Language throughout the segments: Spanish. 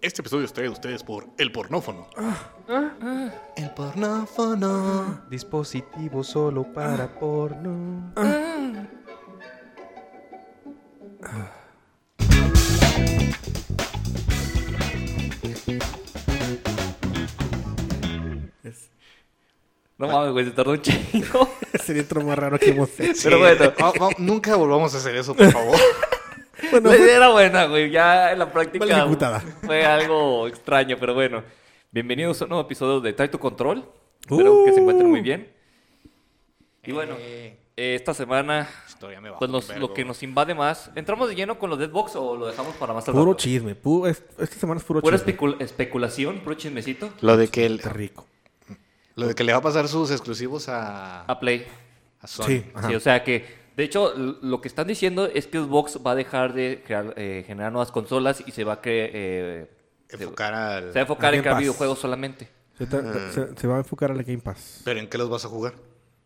Este episodio es traído a ustedes por El Pornófono. Ah. El Pornófono. Dispositivo solo para porno. No mames, güey, se tardó un chingo. Sería otro más raro que hemos hecho. Pero bueno. No, no, nunca volvamos a hacer eso, por favor. La idea pues, era buena, güey. Ya en la práctica Mal ejecutada. fue algo extraño, pero bueno. Bienvenidos a un nuevo episodio de Try to Control. Espero que se encuentren Uh. muy bien. Y bueno, Eh. eh, esta semana, Historia me va. pues nos- lo que nos invade más. ¿Entramos de lleno con los Deadbox o lo dejamos para más tarde? Puro chisme. pu- es- esta semana es puro Pura chisme. especul- especulación, puro chismecito. Lo de que el- Está rico. lo de que le va a pasar sus exclusivos a, A Play. a Sony. Sí, ajá. Sí, o sea que, de hecho, l- lo que están diciendo es que Xbox va a dejar de crear, eh, generar nuevas consolas y se va a, cre- eh, se, se Enfocar al. va a enfocar Game en crear Pass. videojuegos solamente. Se, tra- Ah. se- se va a enfocar a la Game Pass. ¿Pero en qué los vas a jugar?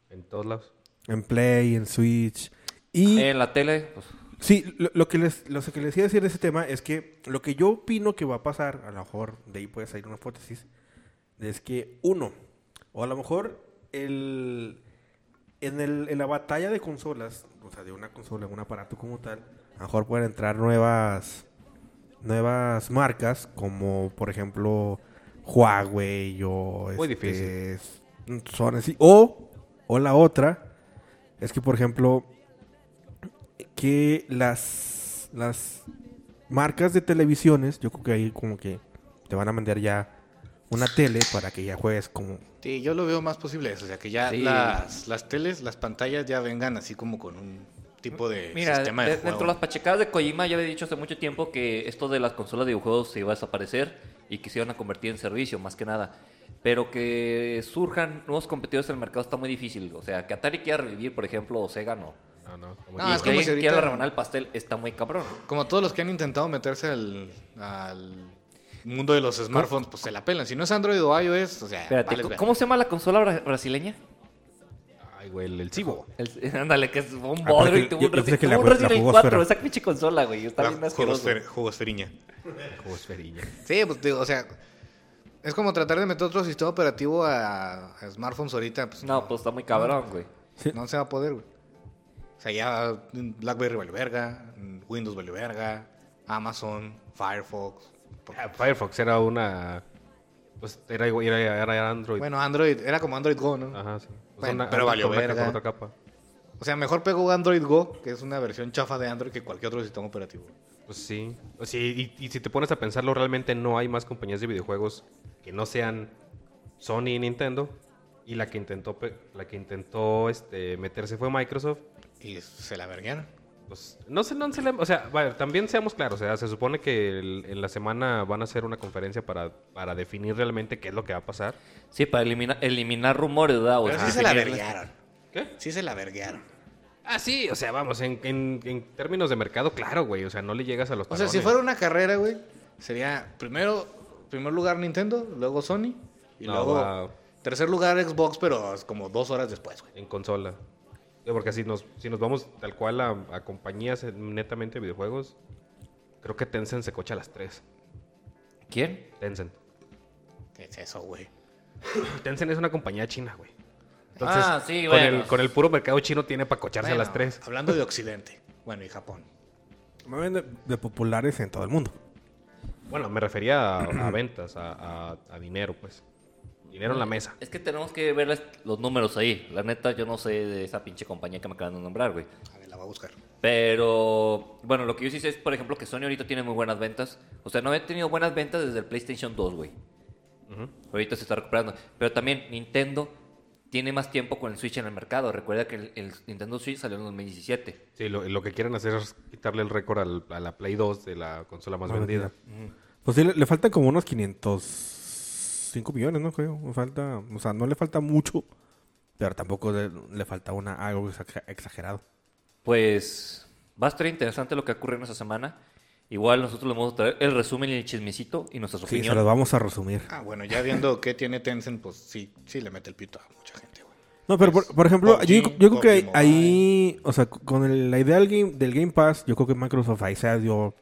En todos lados. En Play, en Switch. Y En la tele, pues, sí, lo, lo que les, lo que les iba a decir de ese tema es que lo que yo opino que va a pasar, a lo mejor de ahí puede salir una hipótesis, es que uno, o a lo mejor el, en, el, en la batalla de consolas, o sea, de una consola, un aparato como tal, a lo mejor pueden entrar nuevas nuevas marcas como por ejemplo Huawei o Muy este, Sony sí, o o la otra es que por ejemplo que las las marcas de televisiones yo creo que ahí como que te van a mandar ya una tele para que ya juegues como Sí, yo lo veo más posible eso. O sea, que ya Sí. las, las teles, las pantallas ya vengan así como con un tipo de mira, sistema de, de- dentro juego. de las pachecadas de Kojima ya había dicho hace mucho tiempo que esto de las consolas de videojuegos se iba a desaparecer y que se iban a convertir en servicio, más que nada. Pero que surjan nuevos competidores en el mercado está muy difícil. O sea, que Atari quiera revivir, por ejemplo, o Sega no. No, no. como Ah, y es que como si alguien quiera ahorita- rebanar el pastel está muy cabrón. Como todos los que han intentado meterse al, al mundo de los smartphones, pues se la pelan. Si no es Android o iOS, o sea, Espérate, vales ¿cómo- ver- ¿cómo se llama la consola bra- brasileña? Ay, güey, el, el Cibo. El- ándale, que es un bodrio y que- tuvo yo un pensé Resident que la tuvo un jugó- la Resident Evil jugó 4. Sfera. Esa pinche consola, güey. Está la bien asqueroso. jugosfer- jugosferiña. Josferilla. Sí, pues digo, o sea, es como tratar de meter otro sistema operativo a, a smartphones ahorita, pues no, No, pues está muy cabrón, güey. no se va a poder, güey. O sea, ya mm, BlackBerry vale verga, mm, Windows vale verga, Amazon, Firefox. por- Ah, Firefox era una. Pues era igual, era, era Android. Bueno, Android, era como Android Go, ¿no? Ajá, sí. O Bueno, una- pero una valió con una verga. con otra capa. O sea, mejor pegó Android Go, que es una versión chafa de Android que cualquier otro sistema operativo. Pues sí. O sí, y, y si te pones a pensarlo, realmente no hay más compañías de videojuegos que no sean Sony y Nintendo. Y la que intentó, pe- la que intentó este, meterse fue Microsoft. Y se la verguearon. Pues, no sé, no se le- o sea, vaya, también seamos claros, o sea, se supone que el- en la semana van a hacer una conferencia para, para definir realmente qué es lo que va a pasar. Sí, para eliminar, eliminar rumores, ¿verdad? O Pero sea, sí se la definirles- verguearon. ¿Qué? Sí se la verguearon. Ah, sí, o sea, vamos, en, en- en términos de mercado, claro, güey, o sea, no le llegas a los O sea, si talones. fuera una carrera, güey, sería primero, primer lugar Nintendo, luego Sony y No, luego wow. tercer lugar Xbox, pero es como dos horas después, güey. En consola. Yo, Porque si nos, si nos vamos tal cual a, a compañías eh, netamente de videojuegos, creo que Tencent se cocha a las 3. ¿Quién? Tencent. ¿Qué es eso, güey? Tencent es una compañía china, güey. Entonces, Ah, sí, con, bueno. el, con el puro mercado chino tiene para cocharse Bueno, a las 3. Hablando de Occidente, bueno, y Japón. Más bien de, de populares en todo el mundo. Bueno, me refería a, a ventas, a, a- a dinero, pues. Dinero en la mesa. Es que tenemos que ver las- los números ahí. La neta, yo no sé de esa pinche compañía que me acaban de nombrar, güey. A ver, la va a buscar. Pero, bueno, lo que yo sí sé es, por ejemplo, que Sony ahorita tiene muy buenas ventas. O sea, no había tenido buenas ventas desde el PlayStation 2, güey. Ahorita se está recuperando. Pero también Nintendo tiene más tiempo con el Switch en el mercado. Recuerda que el, el Nintendo Switch salió en 2017. Sí, lo, lo que quieren hacer es quitarle el récord al- a la Play 2 de la consola más vendida. Pues sí, le, le faltan como unos 505 millones, ¿no? Creo. O, falta, o sea, no le falta mucho, pero tampoco le, le falta una, algo exa- exagerado. Pues va a estar interesante lo que ocurre en esa semana. Igual nosotros les vamos a traer el resumen y el chismecito y nuestras Sí, opiniones. se los vamos a resumir. Ah, bueno, ya viendo qué tiene Tencent, pues sí, sí le mete el pito a mucha gente, güey. No, pero Pues, por, por ejemplo, PUBG, yo, yo creo que ahí- PUBG ahí, o sea, con el- la idea del game, del game Pass, yo creo que Microsoft ahí se dio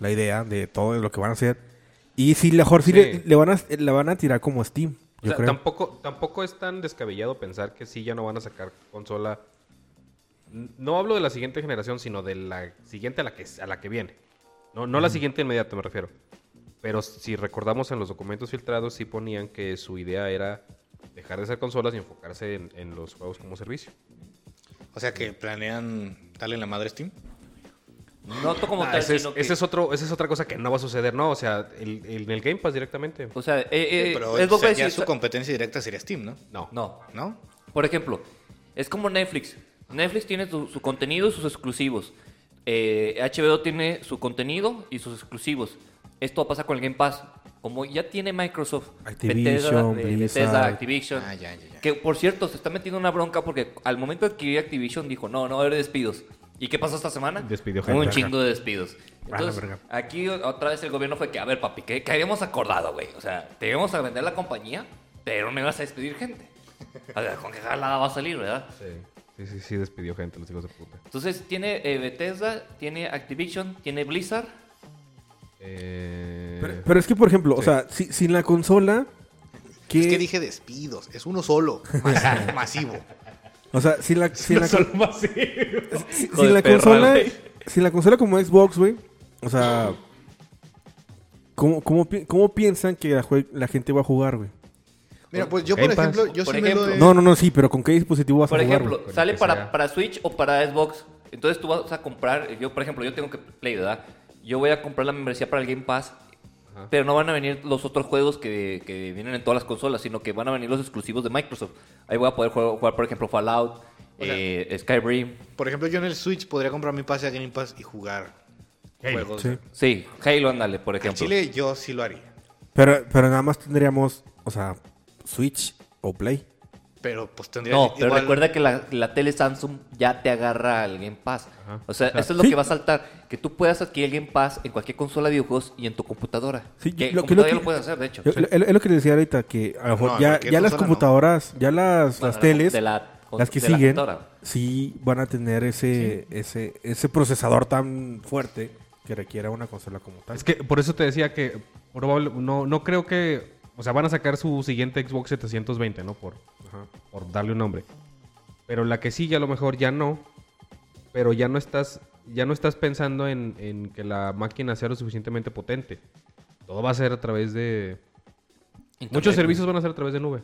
la idea de todo lo que van a hacer. Y sí, mejor sí, Sí. Le, le van a, la van a tirar como Steam, O yo sea, creo. tampoco, tampoco es tan descabellado pensar que sí ya no van a sacar consola. N- No hablo de la siguiente generación, sino de la siguiente a la que, a la que viene. No, no la siguiente inmediata, me refiero. Pero si recordamos en los documentos filtrados, sí ponían que su idea era dejar de ser consolas y enfocarse en, en los juegos como servicio. O sea que planean darle la madre a Steam. No to- como Ah, tal, ese es, sino que- ese es otro, esa es otra cosa que no va a suceder, ¿no? O sea, el- el- en el Game Pass directamente. O sea, eh, eh, Pero Xbox va a o sea, decir- ya su competencia directa sería Steam, ¿no? No. No. ¿No? Por ejemplo, es como Netflix. Netflix tiene su, su contenido y sus exclusivos. Eh, HBO tiene su contenido y sus exclusivos. Esto pasa con el Game Pass. Como ya tiene Microsoft, Activision, eh, Blizzard. Bethesda, Activision. Ah, ya, ya, ya. Que por cierto, se está metiendo una bronca porque al momento de adquirir Activision dijo: No, no va a haber despidos. ¿Y qué pasó esta semana? Despidió Un gente. chingo de despidos. la Entonces, verga. aquí o- otra vez el gobierno fue que, a ver, papi, ¿qué, qué habíamos acordado, güey? O sea, te íbamos a vender la compañía, pero no ibas a despedir gente. A ver, con qué jalada va a salir, ¿verdad? Sí, sí, sí, sí despidió gente, los hijos de puta. Entonces, tiene eh, Bethesda, tiene Activision, tiene Blizzard. Eh, Pero, pero es que, por ejemplo, o sea, si- sin la consola... ¿qué- Es que dije despidos, es uno solo, mas- masivo. O sea, sin la, sin la, si- Hijo sin de la perra, consola... güey. Sin la consola como Xbox, güey. O sea... ¿Cómo, cómo, pi- cómo piensan que la, jue- la gente va a jugar, güey? Mira, pues yo, Game por ejemplo, Pass. yo Por sí me ejemplo. lo he- No, no, no, sí, pero ¿con qué dispositivo vas Por a jugar? ejemplo, güey? con el sale que para, sea. para Switch o para Xbox. Entonces, tú vas a comprar. Yo, por ejemplo, yo tengo que Play, ¿verdad? Yo voy a comprar la membresía para el Game Pass. Ajá. Pero no van a venir los otros juegos que, que vienen en todas las consolas, sino que van a venir los exclusivos de Microsoft. Ahí voy a poder jugar, jugar, por ejemplo, Fallout, O sea- eh, Skyrim, Por ejemplo, yo en el Switch podría comprar mi pase a Game Pass y jugar juegos. Sí. sí, Halo, ándale, por En ejemplo. Chile yo sí lo haría. Pero, pero nada más tendríamos, o sea, Switch o Play. Pero pues tendría No, pero igual- recuerda que la, la tele Samsung ya te agarra el Game Pass. Ajá. O sea, O sea, eso es lo sí. que va a saltar. Que tú puedas adquirir el Game Pass en cualquier consola de videojuegos y en tu computadora. Sí, que lo que- lo computadora que- ya lo puedes hacer, de hecho. Yo- lo- Es lo que le decía ahorita, que a lo mejor No, ya, cualquier ya las consola no. computadoras, ya las, Bueno, las no, teles, de la- las que de la siguen, computadora. sí van a tener ese, ese, ese procesador tan fuerte que requiera una consola como tal. Es que por eso te decía que probable, no, no creo que. O sea, van a sacar su siguiente Xbox 720, ¿no? Por, por darle un nombre. Pero la que sí, a lo mejor ya no. Pero ya no estás. Ya no estás pensando en, en que la máquina sea lo suficientemente potente. Todo va a ser a través de. Internet. Muchos servicios van a ser a través de nube.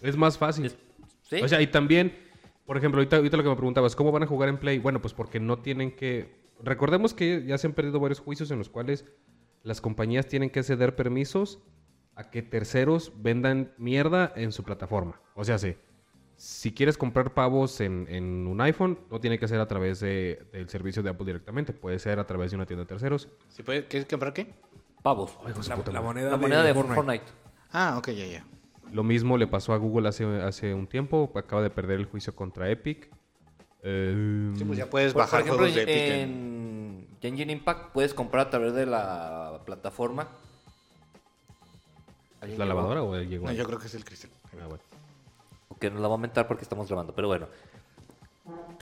Es más fácil. Es- Sí. O sea, y también, por ejemplo, ahorita, ahorita lo que me preguntabas, ¿cómo van a jugar en Play? Bueno, pues porque no tienen que... Recordemos que ya se han perdido varios juicios en los cuales las compañías tienen que ceder permisos a que terceros vendan mierda en su plataforma. O sea, sí. Si quieres comprar pavos en, en un iPhone, no tiene que ser a través de- del servicio de Apple directamente. Puede ser a través de una tienda de terceros. ¿Sí puede- ¿Quieres comprar qué? pavos. la, la moneda, La moneda de Fortnite. Ah, ok, ya, ya. Lo mismo le pasó a Google hace, hace un tiempo. Acaba de perder el juicio contra Epic. Eh, Sí, pues ya puedes Por, por bajar ejemplo, juegos de Epic en- en Engine Impact puedes comprar a través de la plataforma. ¿Alguien ¿La llegó? lavadora o él llegó? No, ahí? yo creo que es el Cristian. Ah, bueno. Que nos la va a aumentar porque estamos grabando, pero bueno.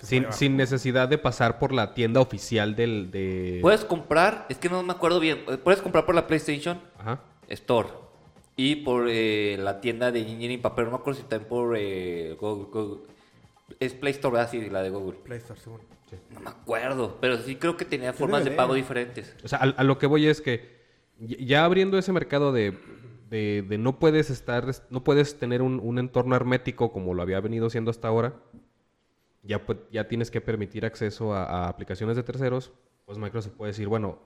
sin, sin necesidad de pasar por la tienda oficial del... De... Puedes comprar, es que no me acuerdo bien, eh, puedes comprar por la PlayStation Ajá. Store y por eh, la tienda de Engine Impact, pero no me acuerdo si también por eh, Google, Google- Es Play Store, ¿verdad? Sí, la de Google. Play Store, sí, bueno. No me acuerdo, pero sí creo que tenía formas de DVD. pago diferentes. O sea, a, a lo que voy es que ya ya abriendo ese mercado de, de- de no puedes estar, no puedes tener un, un entorno hermético como lo había venido siendo hasta ahora, ya, pu- ya tienes que permitir acceso a, a aplicaciones de terceros, pues Microsoft puede decir, bueno,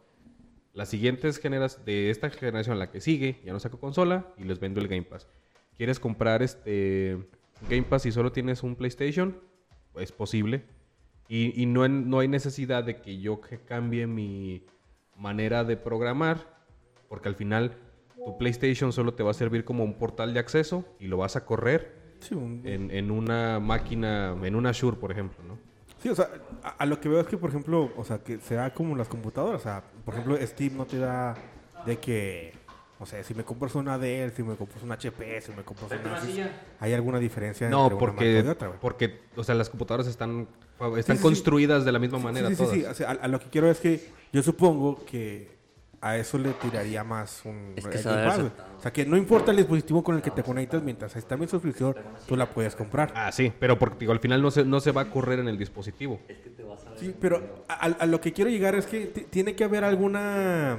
las siguientes generas de esta generación, la que sigue, ya no saco consola y les vendo el Game Pass. ¿Quieres comprar este Game Pass y solo tienes un PlayStation? Es posible. Y, y no, en- no hay necesidad de que yo que cambie mi manera de programar, porque al final tu PlayStation solo te va a servir como un portal de acceso y lo vas a correr Sí, un- en, en una máquina, en una Shure, por ejemplo, ¿no? sí, o sea, a, a lo que veo es que, por ejemplo, o sea, que se da como las computadoras. O sea, por ejemplo, Steam no te da de que, o sea, si me compras una Dell, si me compras una HP, si me compras una... Asus, ¿Hay alguna diferencia No, entre una marca porque, y otra, güey? porque, o sea, las computadoras están, están sí, sí. construidas de la misma manera Sí, sí, sí, todas. sí. O sea, a, a lo que quiero es que yo supongo que a eso le tiraría más un Es que el se Game va a Pass, ver ese- güey. O sea, que no importa el dispositivo con el que te conectas, mientras está mi suscripción, tú la puedes comprar. Ah, sí, pero porque digo, al final no se, no se va a correr en el dispositivo. Sí, pero a, a- a lo que quiero llegar es que ti- tiene que haber alguna...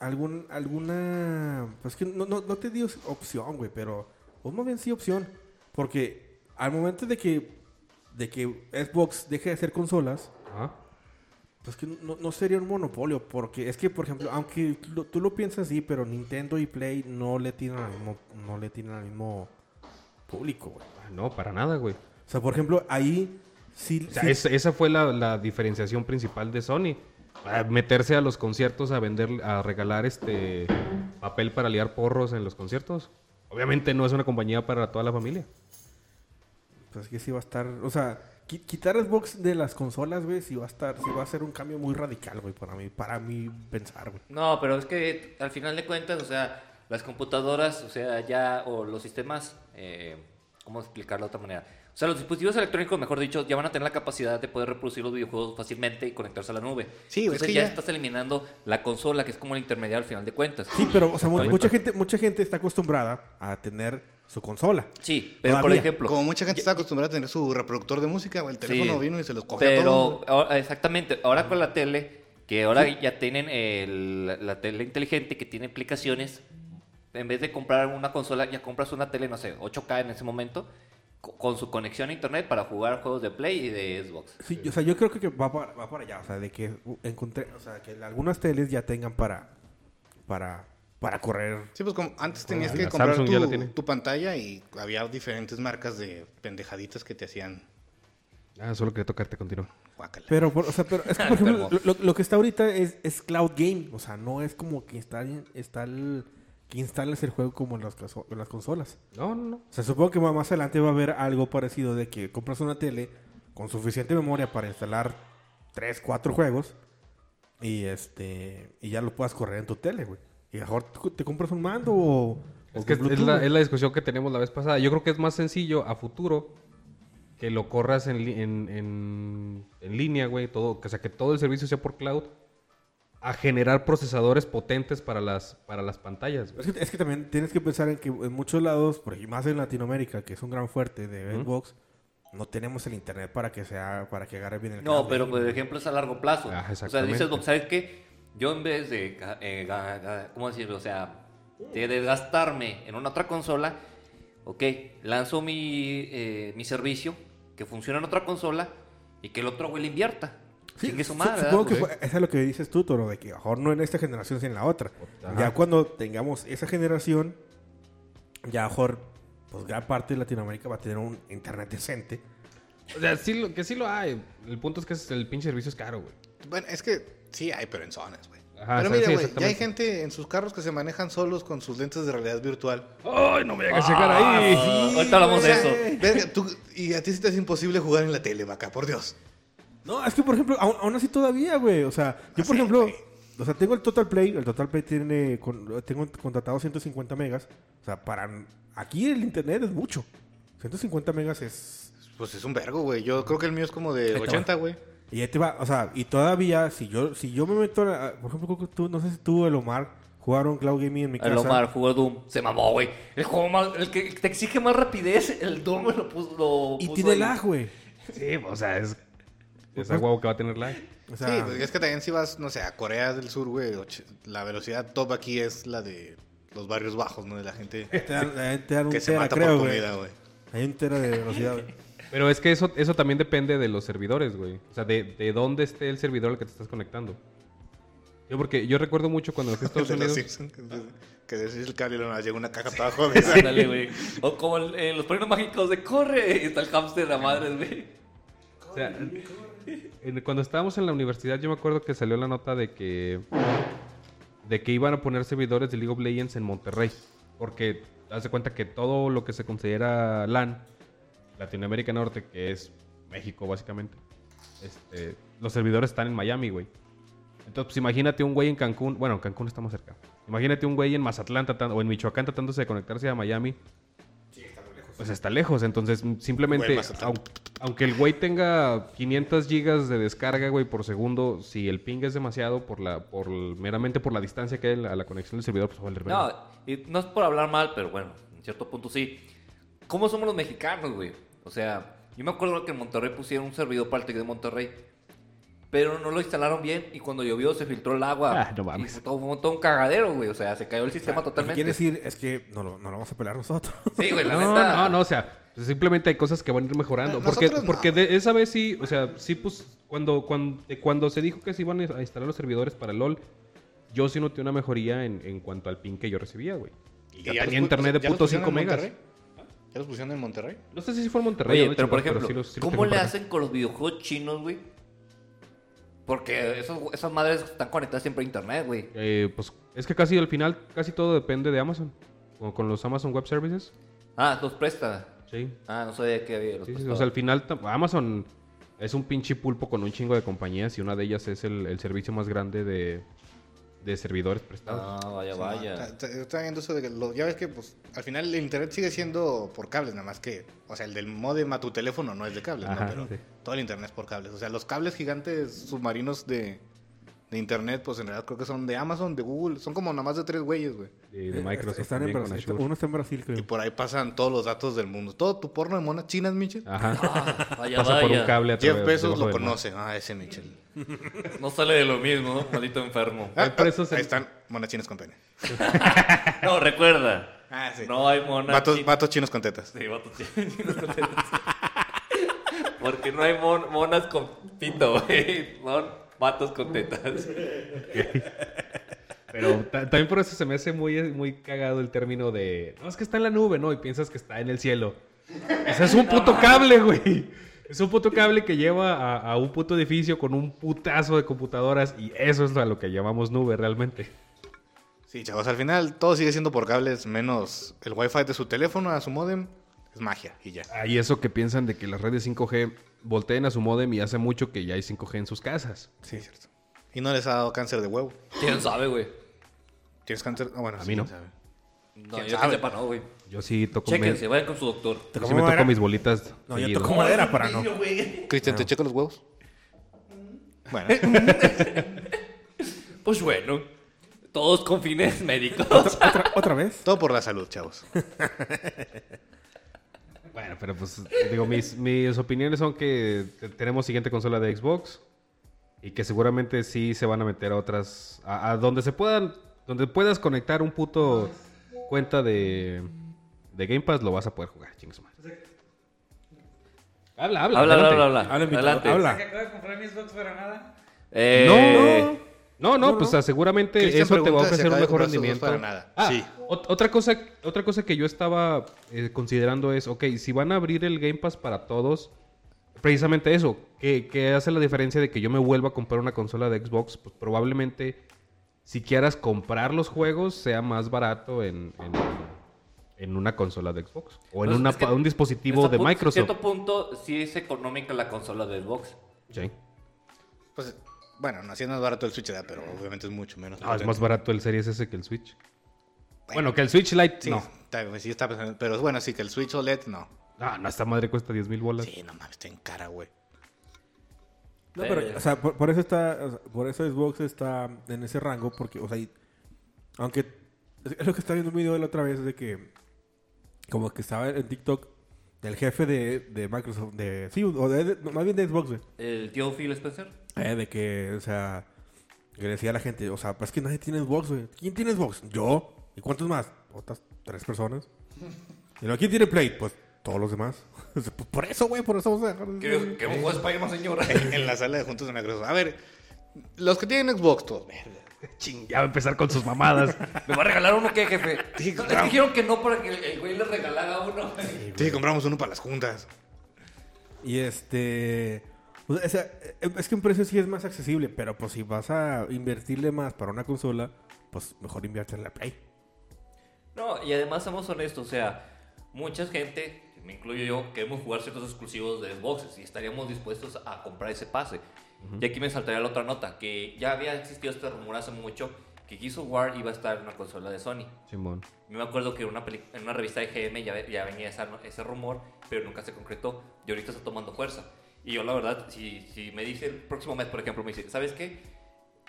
Algún, alguna... Pues que no, no, no te dio opción, güey, pero... Pues más bien sí opción. Porque al momento de que, de que Xbox deje de hacer consolas, Ajá. Pues que no, no sería un monopolio, porque es que, por ejemplo, aunque lo- tú lo piensas así, pero Nintendo y Play no le tienen al mismo, no le tienen al mismo público, güey. Ah, No, para nada, güey. O sea, por ejemplo, ahí sí... O sea, sí- es- esa fue la, la diferenciación principal de Sony. A meterse a los conciertos a vender, a regalar este papel para liar porros en los conciertos. Obviamente no es una compañía para toda la familia. Pues que sí va a estar... O sea, qui- quitar Xbox de las consolas, güey, sí va a estar... Sí va a ser un cambio muy radical, güey, para mí, para mí pensar, güey. No, pero es que al final de cuentas, o sea, las computadoras, o sea, ya, o los sistemas, eh, ¿cómo explicarlo de otra manera? O sea, los dispositivos electrónicos, mejor dicho, ya van a tener la capacidad de poder reproducir los videojuegos fácilmente y conectarse a la nube. Sí, es Entonces que ya, ya- estás eliminando la consola, que es como el intermediario al final de cuentas. Sí, pero, o sea, mu- Ahorita. mucha gente, mucha gente está acostumbrada a tener su consola. Sí, pero por Todavía, ejemplo... Como mucha gente está acostumbrada a tener su reproductor de música, güey, el teléfono Sí. vino y se los coge a todos. Pero, ahora- exactamente, ahora con la tele, que ahora ya tienen el- la- la tele inteligente que tiene aplicaciones, en vez de comprar una consola, ya compras una tele, no sé, 8K en ese momento, co- con su conexión a internet para jugar juegos de Play y de Xbox. Sí, o sea, yo creo que que va para, va para allá, o sea, de que uh, encontré, o sea, que algunas teles ya tengan para para para correr. Sí, pues como antes tenías la que comprar Samsung ya la tiene. tu, tu pantalla y había diferentes marcas de pendejaditas que te hacían Ah, solo quería tocarte, continúa. guácala. Pero por- o sea, pero es que por ejemplo, lo, lo que está ahorita es, es cloud game, o sea, no es como que instalen está el- que instales el juego como en las, caso- en las consolas. No, no, no. O sea, supongo que más más adelante va a haber algo parecido de que compras una tele con suficiente memoria para instalar 3, 4 juegos y este y ya lo puedas correr en tu tele, güey. Y mejor tú te compras un mando o, Es o que es, con Bluetooth, la, güey. es la discusión que tenemos la vez pasada. Yo creo que es más sencillo a futuro que lo corras en, li- en, en- en línea, güey. Todo, o sea, que todo el servicio sea por cloud. A generar procesadores potentes para las, para las pantallas. güey. Es que, es que también tienes que pensar en que en muchos lados, por ejemplo, más en Latinoamérica, que es un gran fuerte de Xbox, no tenemos el internet para que sea para que agarre bien el No, cable. pero pues, por ejemplo es a largo plazo. Ah, o sea, dices, exactamente. Xbox, ¿sabes qué? Yo en vez de, ga- eh, ga- ga- ¿cómo decirlo? O sea, de desgastarme en una otra consola, ok, lanzo mi, eh, mi servicio que funciona en otra consola y que el otro güey le invierta. Sí, Chingue su su- madre, supongo ¿verdad? que Pues, fue- eso es lo que dices tú, Toro, de que mejor no en esta generación, sino en la otra. Ajá. Ya cuando tengamos esa generación, ya mejor, pues gran parte de Latinoamérica va a tener un internet decente. O sea, sí lo- que sí lo hay. El punto es que es- el pinche servicio es caro, güey. Bueno, es que sí hay, pero en zonas, güey. Ajá, pero o sea, mira, sí, güey, ya hay exactamente. gente en sus carros que se manejan solos con sus lentes de realidad virtual. ¡Ay, no me llegas a llegar ahí! ah, ahorita hablamos de O eso. sea, verga, tú- y a ti sí te es imposible jugar en la tele, vaca, por Dios. No, es que por ejemplo, aún, aún así todavía, güey. O sea, Ah, yo por ejemplo, güey. o sea, tengo el Total Play, el Total Play tiene, con- tengo contratado 150 megas. O sea, para aquí el internet es mucho. 150 megas es... Pues es un vergo, güey. Yo creo que el mío es como Ahí de te va. 80, güey. Y ahí te va, o sea, y todavía, si yo, si yo me meto, a- a- por ejemplo, creo que tú, no sé si tú, el Omar, jugaron Cloud Gaming en mi casa. El Omar jugó Doom, se mamó, güey. El juego más, el que te exige más rapidez, el Doom lo puso. Lo Y puso tiene ahí. lag, güey. Sí, pues, o sea, es. Es a huevo que va a tener lag. O sea, Sí, pues es que también si vas, no sé, a Corea del Sur, güey, och- la velocidad top aquí es la de los barrios bajos, ¿no? De la gente te dan, te dan- te dan un que se tera, mata creo, por güey. comida, güey. Hay un tera de velocidad, güey. Pero es que eso, eso también depende de los servidores, güey. O sea, de, de dónde esté el servidor al que te estás conectando. Yo porque yo recuerdo mucho cuando me fui a Estados De los Unidos. Simpsons, que- que decís el cable y luego nos llega una caja toda jodida. Ándale, güey. O como el- eh, los premios mágicos de corre. y Está el hámster a madres, güey. O sea, en- cuando estábamos en la universidad, yo me acuerdo que salió la nota de que de que iban a poner servidores de League of Legends en Monterrey, porque haz de cuenta que todo lo que se considera LAN, Latinoamérica Norte, que es México básicamente, este, los servidores están en Miami, güey. Entonces, pues imagínate un güey en Cancún, bueno, en Cancún estamos cerca. Imagínate un güey en Mazatlán tratando- o en Michoacán tratándose de conectarse a Miami. pues está lejos. Entonces, m- simplemente, Güey, Mazatlán. au- aunque el güey tenga 500 gigas de descarga, güey, por segundo, si el ping es demasiado, por la, por el- meramente por la distancia que hay a la conexión del servidor, pues va a valer verga. No, y no es por hablar mal, pero bueno, en cierto punto sí. ¿Cómo somos los mexicanos, güey? O sea, yo me acuerdo que en Monterrey pusieron un servidor para el Tec de Monterrey, pero no lo instalaron bien y cuando llovió se filtró el agua. Ah, no mames. Ah, Y fue todo, fue todo un cagadero, güey. O sea, se cayó el sistema ¿Qué totalmente. quiere decir? Es que no lo, no lo vamos a pelar nosotros. Sí, güey, la No, neta. no, no, o sea, pues, simplemente hay cosas que van a ir mejorando. Eh, porque nosotros no. porque de esa vez sí, o sea, sí, pues, cuando, cuando, de cuando se dijo que se iban a instalar los servidores para LOL, yo sí noté una mejoría en, en cuanto al ping que yo recibía, güey. Y Ya ya tenía los pu- internet de ya los punto pusieron 5 en megas. Monterrey. ¿Ya los pusieron en Monterrey? No sé si fue en Monterrey. Oye, ¿no? pero por Chingado, ejemplo, sí los- sí los ¿cómo tengo le para acá. hacen con los videojuegos chinos, güey? Porque esos- esas madres están conectadas siempre a internet, güey. Eh, pues es que casi al final, casi todo depende de Amazon. Con, con los Amazon Web Services. Ah, los presta. Sí. Ah, no sabía que había. Los Sí, sí, prestaba. o sea, al final tam- Amazon es un pinche pulpo con un chingo de compañías y una de ellas es el, el servicio más grande de, de servidores prestados. Ah, vaya, No, vaya. está- está- estaba viendo eso de que lo- ya ves que pues al final el internet sigue siendo por cables, nada más que, o sea, el del modem a tu teléfono no es de cables, Ajá, ¿no? Pero sí. todo el internet es por cables. O sea, los cables gigantes submarinos de, de internet, pues en realidad creo que son de Amazon, de Google, son como nada más de tres güeyes, güey. de, de Microsoft. Eh, Están en también con Brasil. Azure. Uno está en Brasil, creo. Y por ahí pasan todos los datos del mundo. Todo tu porno de monas chinas, Michel. Ajá. Ah, vaya, Pasa por un vaya. cable a Jeff través- Bezos lo debajo del mar. conoce. Ah, ese Michel. No sale de lo mismo, maldito enfermo. Ah, por eso ah, se- Ahí están monas chinas con pene. No, recuerda. Ah, sí. No hay mona Vatos, chi- vatos chinos con tetas. Sí, vatos chinos con tetas. Porque no hay mon- monas con pito, güey. Son vatos con tetas. Pero ta- también por eso se me hace muy, muy cagado el término de. No, es que está en la nube, ¿no? Y piensas que está en el cielo. O sea, es un puto cable, güey. Es un puto cable que lleva a, a un puto edificio con un putazo de computadoras. Y eso es a lo que llamamos nube realmente. Sí, chavos, al final todo sigue siendo por cables, menos el wifi de su teléfono a su modem. Es magia y ya. Ah, y eso que piensan de que las redes 5G volteen a su modem y hace mucho que ya hay 5G en sus casas. Sí, es cierto. Y no les ha dado cáncer de huevo. ¿Quién sabe, güey? ¿Tienes cáncer? Ah, bueno, A sí, mí no. quién sabe. No, ¿Quién yo que sabe? sepa, no, güey. Yo sí toco. me- Chéquense, vayan con su doctor. yo sí ¿Cómo me toco era? mis bolitas. No, yo seguido. toco madera para no. Cristian, ¿te checo los huevos? Bueno, Pues bueno, todos con fines médicos. ¿Otra, otra vez? todo por la salud, chavos. Bueno, pero pues digo, mis, mis opiniones son que te- tenemos siguiente consola de Xbox y que seguramente sí se van a meter a otras, a, a donde se puedan, donde puedas conectar un puto cuenta de, de Game Pass, lo vas a poder jugar, chingues Habla, Habla, habla, habla, adelante. habla, habla. Habla, invitado, Adelante. habla. Que acabo de comprar mi Xbox para nada. Eh, No, no, no, pues ah, seguramente Cristian eso te va a pregunta si ofrecer acaba un de mejor comprar sus dos rendimiento. para nada. Ah, Sí. ot- otra, cosa, otra cosa que yo estaba eh, considerando es, ok, si van a abrir el Game Pass para todos, precisamente eso, que, que hace la diferencia de que yo me vuelva a comprar una consola de Xbox, pues probablemente si quieras comprar los juegos sea más barato en, en, en una consola de Xbox o en Pues, una es que pa- un dispositivo hasta de pu- Microsoft. cierto punto, sí es económica la consola de Xbox. Sí. Pues, bueno, no, así es más barato el Switch, ¿verdad? pero obviamente es mucho menos. No, Ah, es potente. más barato el Series S que el Switch. Bueno, que el Switch Lite, Sí, no. está bien, sí, está pensando. Pero bueno, sí, que el Switch OLED, no. Ah, no, esta madre cuesta 10 mil bolas. Sí, no mames, está en cara, güey. No, pero, o sea, por, por eso está, o sea, por eso Xbox está en ese rango, porque, o sea, y- aunque es es lo que estaba viendo un video la otra vez de que, como que estaba en TikTok del jefe de, de Microsoft, de, sí, o de- de- más bien de Xbox, güey. ¿El tío Phil Spencer? Eh, de que, o sea, que le decía a la gente, o sea, pues es que nadie tiene Xbox, güey. ¿Quién tiene Xbox? Yo. ¿Y cuántos más? Otras tres personas. ¿Y luego quién tiene Play? Pues todos los demás. Pues por eso, güey, por eso vamos a dejar. Que que un juego de Spider-Man, señora. En la sala de juntos de Microsoft. A ver, los que tienen Xbox, todos, verga. Ching, ya va a empezar con sus mamadas. ¿Me va a regalar uno qué, jefe? Sí, No, es que claro. dijeron que no para que el- el güey le regalara uno. Sí, compramos uno para las juntas. Y este. O sea, o sea, es que un precio sí es más accesible, pero pues si vas a invertirle más para una consola, pues mejor invierte en la Play. No, y además somos honestos, o sea, mucha gente, me incluyo yo, queremos jugar ciertos exclusivos de Xbox y estaríamos dispuestos a comprar ese pase. Y aquí me saltaría la otra nota, que ya había existido este rumor hace mucho que Gears of War iba a estar en una consola de Sony. Simón. Yo me acuerdo que en una, peli- en una revista de GM ya, ve- ya venía esa- ese rumor, pero nunca se concretó. Y ahorita está tomando fuerza. Y yo, la verdad, si, si me dice el próximo mes, por ejemplo, me dice, ¿sabes qué?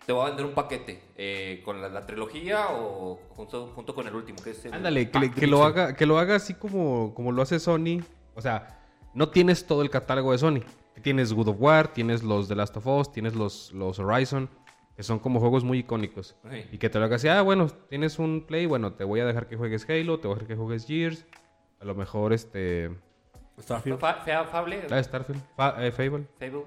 Te voy a vender un paquete eh, con la, la trilogía o junto, junto con el último, que es el Ándale, que, le- Pact que lo Dixon". haga, que lo haga así como, como lo hace Sony. O sea, no tienes todo el catálogo de Sony. Tienes God of War, tienes los The Last of Us, tienes los, los Horizon, que son como juegos muy icónicos. Sí. Y que te lo haga así, ah, bueno, tienes un play, bueno, te voy a dejar que juegues Halo, te voy a dejar que juegues Gears, a lo mejor este... Starfield. Fa- Fea- Fable, ah, Starfield, Fa- eh, Fable. Fable.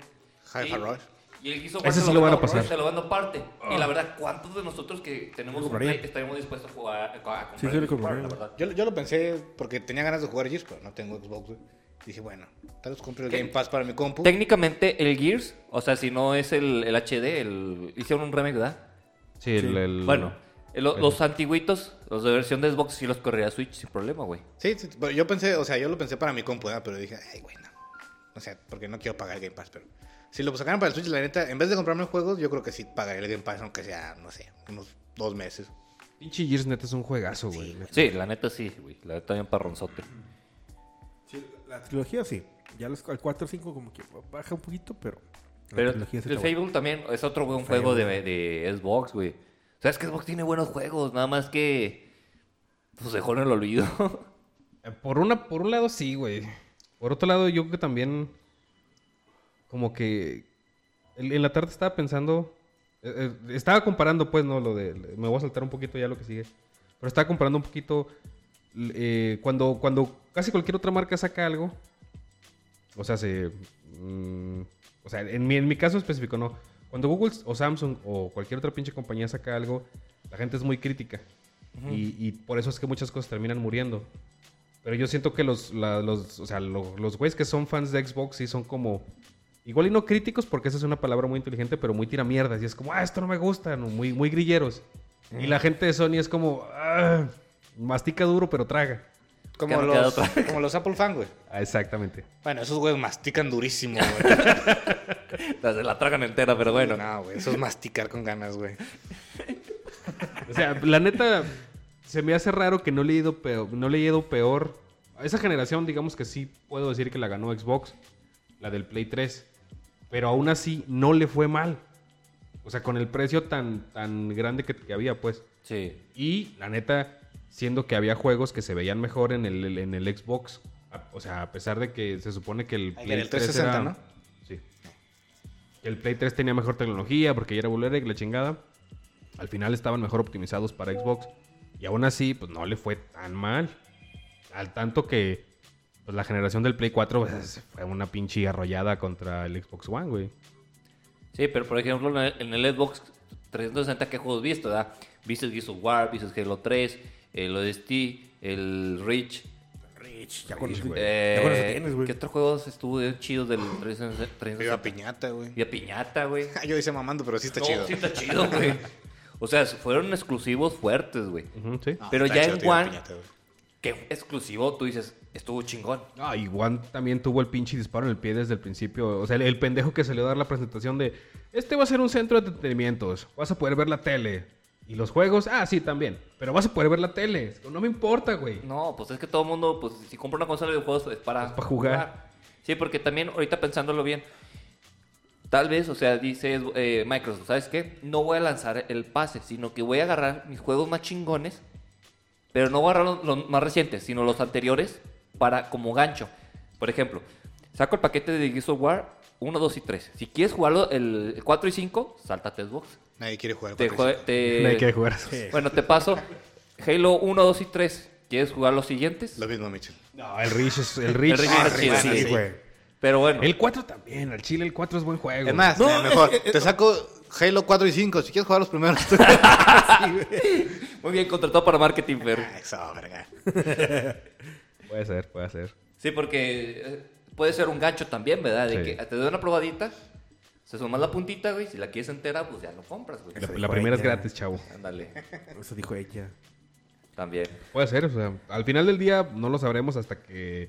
Hi- Hi- Rush. Y él quiso Ese sí lo van a pasar. Se lo van a aparte. Y la verdad, ¿cuántos de nosotros que tenemos un compraría. Play estaríamos dispuestos a jugar a comprar? Sí, sí, el lo Xbox, compraría. la verdad? Yo, yo lo pensé porque tenía ganas de jugar Gears, pero no tengo Xbox, güey. Dije, bueno, tal vez compre el Tec- Game Pass para mi compu. Técnicamente el Gears, o sea, si no es el, el HD, el- hicieron un remake, ¿verdad? Sí, el... Sí. el- Bueno, el- lo- los antiguitos, los de versión de Xbox, sí los corría Switch sin problema, güey. Sí, sí, pero yo pensé, o sea, yo lo pensé para mi compu, ¿verdad? pero dije, ay, güey, no. O sea, porque no quiero pagar el Game Pass, pero... Si lo sacaran para el Switch, la neta, en vez de comprarme juegos, yo creo que sí pagaré el Game Pass, aunque sea, no sé, unos dos meses. Pinche Gears neta es un juegazo, güey. neta. Sí, la neta sí, güey. La neta bien parronzote. Sí, la trilogía sí. Ya los, al 4 o 5 como que baja un poquito, pero... la Pero el trilogía sí está buena. Fable también es otro buen juego de, de Xbox, güey. Sabes que Xbox tiene buenos juegos, nada más que... Pues dejó en el olvido. Eh, Por, una, por un lado sí, güey. Por otro lado, yo creo que también. Como que. En, en la tarde estaba pensando. eh, eh, estaba comparando, pues, no, lo de. Me voy a saltar un poquito ya lo que sigue. Pero estaba comparando un poquito. l- eh, cuando, cuando casi cualquier otra marca saca algo. O sea, se. mm, o sea, en mi, en mi caso específico, no. Cuando Google o Samsung o cualquier otra pinche compañía saca algo, la gente es muy crítica. y, y por eso es que muchas cosas terminan muriendo. Pero yo siento que los, la- los, o sea, lo- los güeyes que son fans de Xbox sí son como. Igual y no críticos, porque esa es una palabra muy inteligente, pero muy tiramierdas. Y es como, ah, esto no me gusta, no, muy, muy grilleros. Y la gente de Sony es como, "Ah, mastica duro, pero traga. Como no queda los, otra. como los Apple fan, güey. Ah, exactamente. Bueno, esos güeyes mastican durísimo, güey. Se la tragan entera, pero bueno. no, güey, eso es masticar con ganas, güey. O sea, la neta, se me hace raro que no le he ido peor. No le he ido peor. A esa generación, digamos que sí puedo decir que la ganó Xbox, la del Play 3. Pero aún así, no le fue mal. O sea, con el precio tan, tan grande que, que había, pues. Sí. Y la neta, siendo que había juegos que se veían mejor en el, en el Xbox. a- O sea, a pesar de que se supone que el Ahí en Play el 3 era- 360, ¿no? Sí. Que el Play 3 tenía mejor tecnología porque ya era Blu-ray y la chingada. Al final estaban mejor optimizados para Xbox. Y aún así, pues no le fue tan mal. Al tanto que pues, la generación del Play 4 pues, fue una pinche arrollada contra el Xbox One, güey. Sí, pero por ejemplo, en el- en el Xbox 360, ¿qué juegos viste, verdad? Viste Gears of War, viste Halo 3, el ODST, el Reach. Rich, ya con Rich, eso- güey. eh, ya con eso tienes, güey. ¿Qué otros juegos estuvo de- chidos del 360? Viva piñata, güey. Vía Piñata, güey. Yo hice mamando, pero sí está No, chido. Sí, está chido, güey. O sea, fueron exclusivos fuertes, güey. Ujú, sí. No, Pero está ya chido, en tío, One- piñata, güey. ¿Qué exclusivo? Tú dices, estuvo chingón. Ah, y Juan también tuvo el pinche disparo en el pie desde el principio. O sea, el, el pendejo que salió a dar la presentación de este va a ser un centro de entretenimientos. Vas a poder ver la tele. Y los juegos, ah, sí, también. Pero vas a poder ver la tele. Es que No me importa, güey. No, pues es que todo el mundo, pues si compra una consola de videojuegos es para, Es para jugar. Sí, porque también ahorita pensándolo bien, tal vez, o sea, dice eh, Microsoft, ¿sabes qué? No voy a lanzar el pase, sino que voy a agarrar mis juegos más chingones, pero no voy a agarrar los, los más recientes, sino los anteriores para como gancho. Por ejemplo, saco el paquete de Gears of War 1, 2 y 3. Si quieres jugarlo el 4 y 5, sáltate Xbox. Nadie quiere jugar Te, con jue- Cristo. te- No hay que jugar. Bueno, te paso Halo 1, 2 y 3. ¿Quieres jugar los siguientes? Lo mismo, Mitchell. No, el Rich es el Rich. El Rich está Ah, chido, sí, sí. güey. Pero bueno, El 4 también. Al Chile el 4 es buen juego. Es más, No, mira, mejor, es que- te saco Halo 4 y 5, si quieres jugar los primeros. muy bien contratado para marketing, pero Eso, verga. Puede ser, puede ser. sí, porque eh, puede ser un gancho también, ¿verdad? De Sí. que ah, te doy una probadita, se suma la puntita, güey, si la quieres entera, pues ya lo compras, güey. La, Sí, la güey, primera es ya. gratis, chavo. Ándale, Eso dijo ella. también. Puede ser, o sea, al final del día no lo sabremos hasta que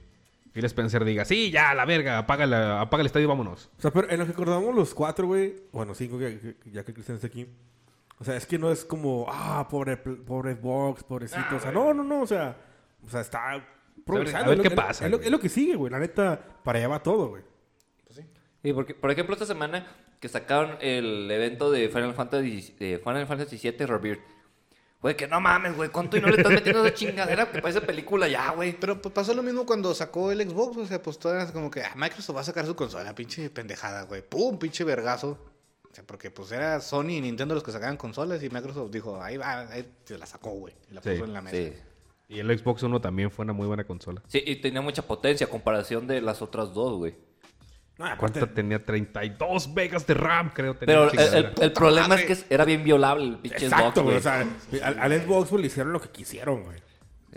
Phil Spencer diga, sí, ya, la verga, apaga, la- apaga el estadio y vámonos. O sea, pero en lo que acordamos los cuatro, güey. Bueno, cinco, que- que- ya que Cristian está aquí. O sea, es que no es como, ah, pobre, pl- pobre Vox, pobrecito. o sea, no, no, no. O sea, o sea está progresando. Ah, A ver es lo qué que- pasa, Es lo, güey. es lo que sigue, güey. La neta, para allá va todo, güey. Sí, porque, por ejemplo, esta semana que sacaron el evento de Final Fantasy, de Final Fantasy VII Rebirth. Güey, que no mames, güey, ¿cuánto y no le estás metiendo esa chingadera que parece película ya, güey? Pero pues, pasó lo mismo cuando sacó el Xbox, o sea, pues todavía es como que ah, Microsoft va a sacar su consola, pinche pendejada, güey. Pum, pinche vergazo. O sea, porque pues era Sony y Nintendo los que sacaban consolas y Microsoft dijo, ahí va, ahí se la sacó, güey. Y la Sí, puso en la mesa. Sí. Y el Xbox One también fue una muy buena consola. Sí, y tenía mucha potencia a comparación de las otras dos, güey. No, aparte- ¿Cuánta tenía? 32 megas de RAM, creo. tenía Pero la el, el- chingadera. el problema es que era bien violable el pinche Exacto, güey. O Xbox, güey. sea, al, al Xbox güey, le hicieron lo que quisieron, güey.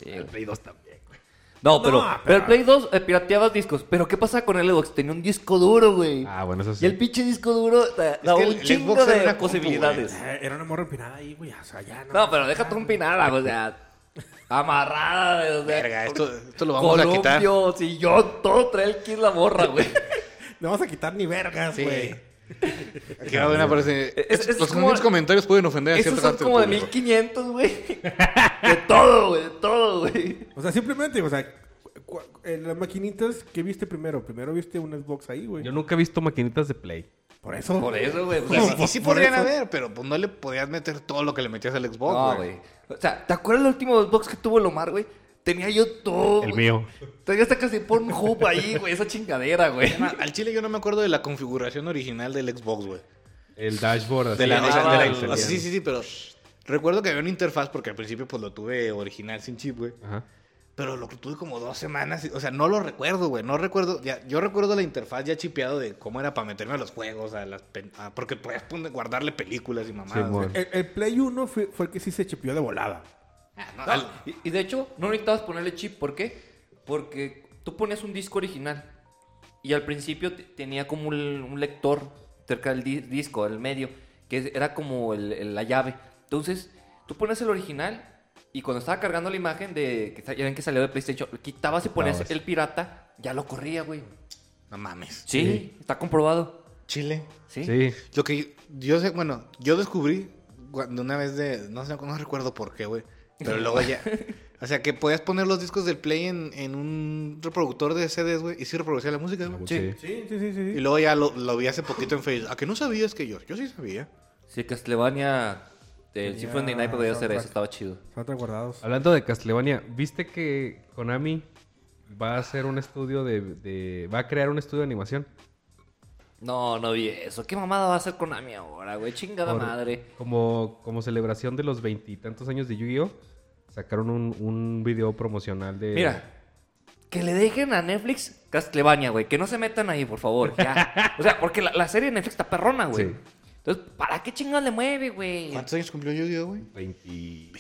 Sí, güey. Play 2 también, güey. No, pero, pero- pero el Play 2 eh, pirateabas discos. Pero ¿qué pasa con el Xbox? Tenía un disco duro, güey. Ah, bueno, eso sí. Y el pinche disco duro da, da que el- un el chingo Xbox era de una compu, posibilidades. Eh, Era una morra empinada ahí, güey. O sea, ya no. No, pero déjate un pinara, o sea, amarrada, o sea, Verga, esto, esto lo vamos a quitar. columpio, sillón, todo trae el que es la morra, güey. No vas a quitar ni vergas, Sí. güey. Aquí va a haber una frase, Es- es los como- siguientes comentarios pueden ofender a Esos cierta son parte como de del público. 1500, güey. De todo, güey, de todo, güey. O sea, simplemente, o sea, cu- cu- eh, las maquinitas, ¿qué viste primero? Primero viste un Xbox ahí, güey. Yo nunca he visto maquinitas de Play. Por eso. Por eso, güey. o O sea, sea, sí- Por- y sí por podrían eso. haber, pero pues no le podías meter todo lo que le metías al Xbox, no, güey. güey. O sea, ¿te acuerdas el último Xbox que tuvo el Omar, güey? Tenía yo todo. El güey. mío. Tenía hasta casi por un hub ahí, güey, esa chingadera, güey. Además, al chile yo no me acuerdo de la configuración original del Xbox, güey. El dashboard. así, De la, Sí, o sea, ah, de la- el- o sea, sí, sí, sí, pero recuerdo que había una interfaz porque al principio pues lo tuve original sin chip, güey. Ajá. Pero lo tuve como dos semanas, y- o sea, no lo recuerdo, güey, no recuerdo, ya, yo recuerdo la interfaz ya chipeado de cómo era para meterme a los juegos, a las, pen- a- porque podías poner- guardarle películas y mamadas. Sí, güey. mon. El, el Play 1 fue, fue el que sí se chipió de volada. Ah, no, No, al- y, y de hecho, no necesitabas ponerle chip. ¿Por qué? Porque tú ponías un disco original y al principio te- tenía como un, un lector cerca del di- disco, del medio, que es- era como el- el- la llave. Entonces, tú ponías el original y cuando estaba cargando la imagen de que sa- ya ven que salió de PlayStation, quitabas y ponías Quitabas. el pirata, ya lo corría, güey. no mames. Sí, está comprobado. Chile. Sí. Sí. Lo que yo sé, bueno, yo descubrí cuando una vez de, no sé, no recuerdo por qué, güey, pero luego ya, o sea, que podías poner los discos del Play en, en un reproductor de CDs, güey, y sí reproducía la música, güey. Sí. Sí, sí, sí, sí. Y luego ya lo, lo vi hace poquito en Facebook. ¿A que no sabías que yo? Yo sí sabía. Sí, Castlevania, el Symphony Night podía hacer eso, soundtrack. estaba chido. Están guardados. Hablando de Castlevania, ¿viste que Konami va a hacer un estudio de, de- va a crear un estudio de animación? No, no vi eso. ¿Qué mamada va a hacer Konami ahora, güey? Chingada Por- madre. Como, como celebración de los veintitantos años de Yu-Gi-Oh! Sacaron un, un video promocional de... Mira, que le dejen a Netflix Castlevania, güey. Que no se metan ahí, por favor. Ya. O sea, porque la, la serie de Netflix está perrona, güey. Sí. Entonces, ¿para qué chingados le mueve, güey? ¿Cuántos años cumplió Yu-Gi-Oh, güey? 20...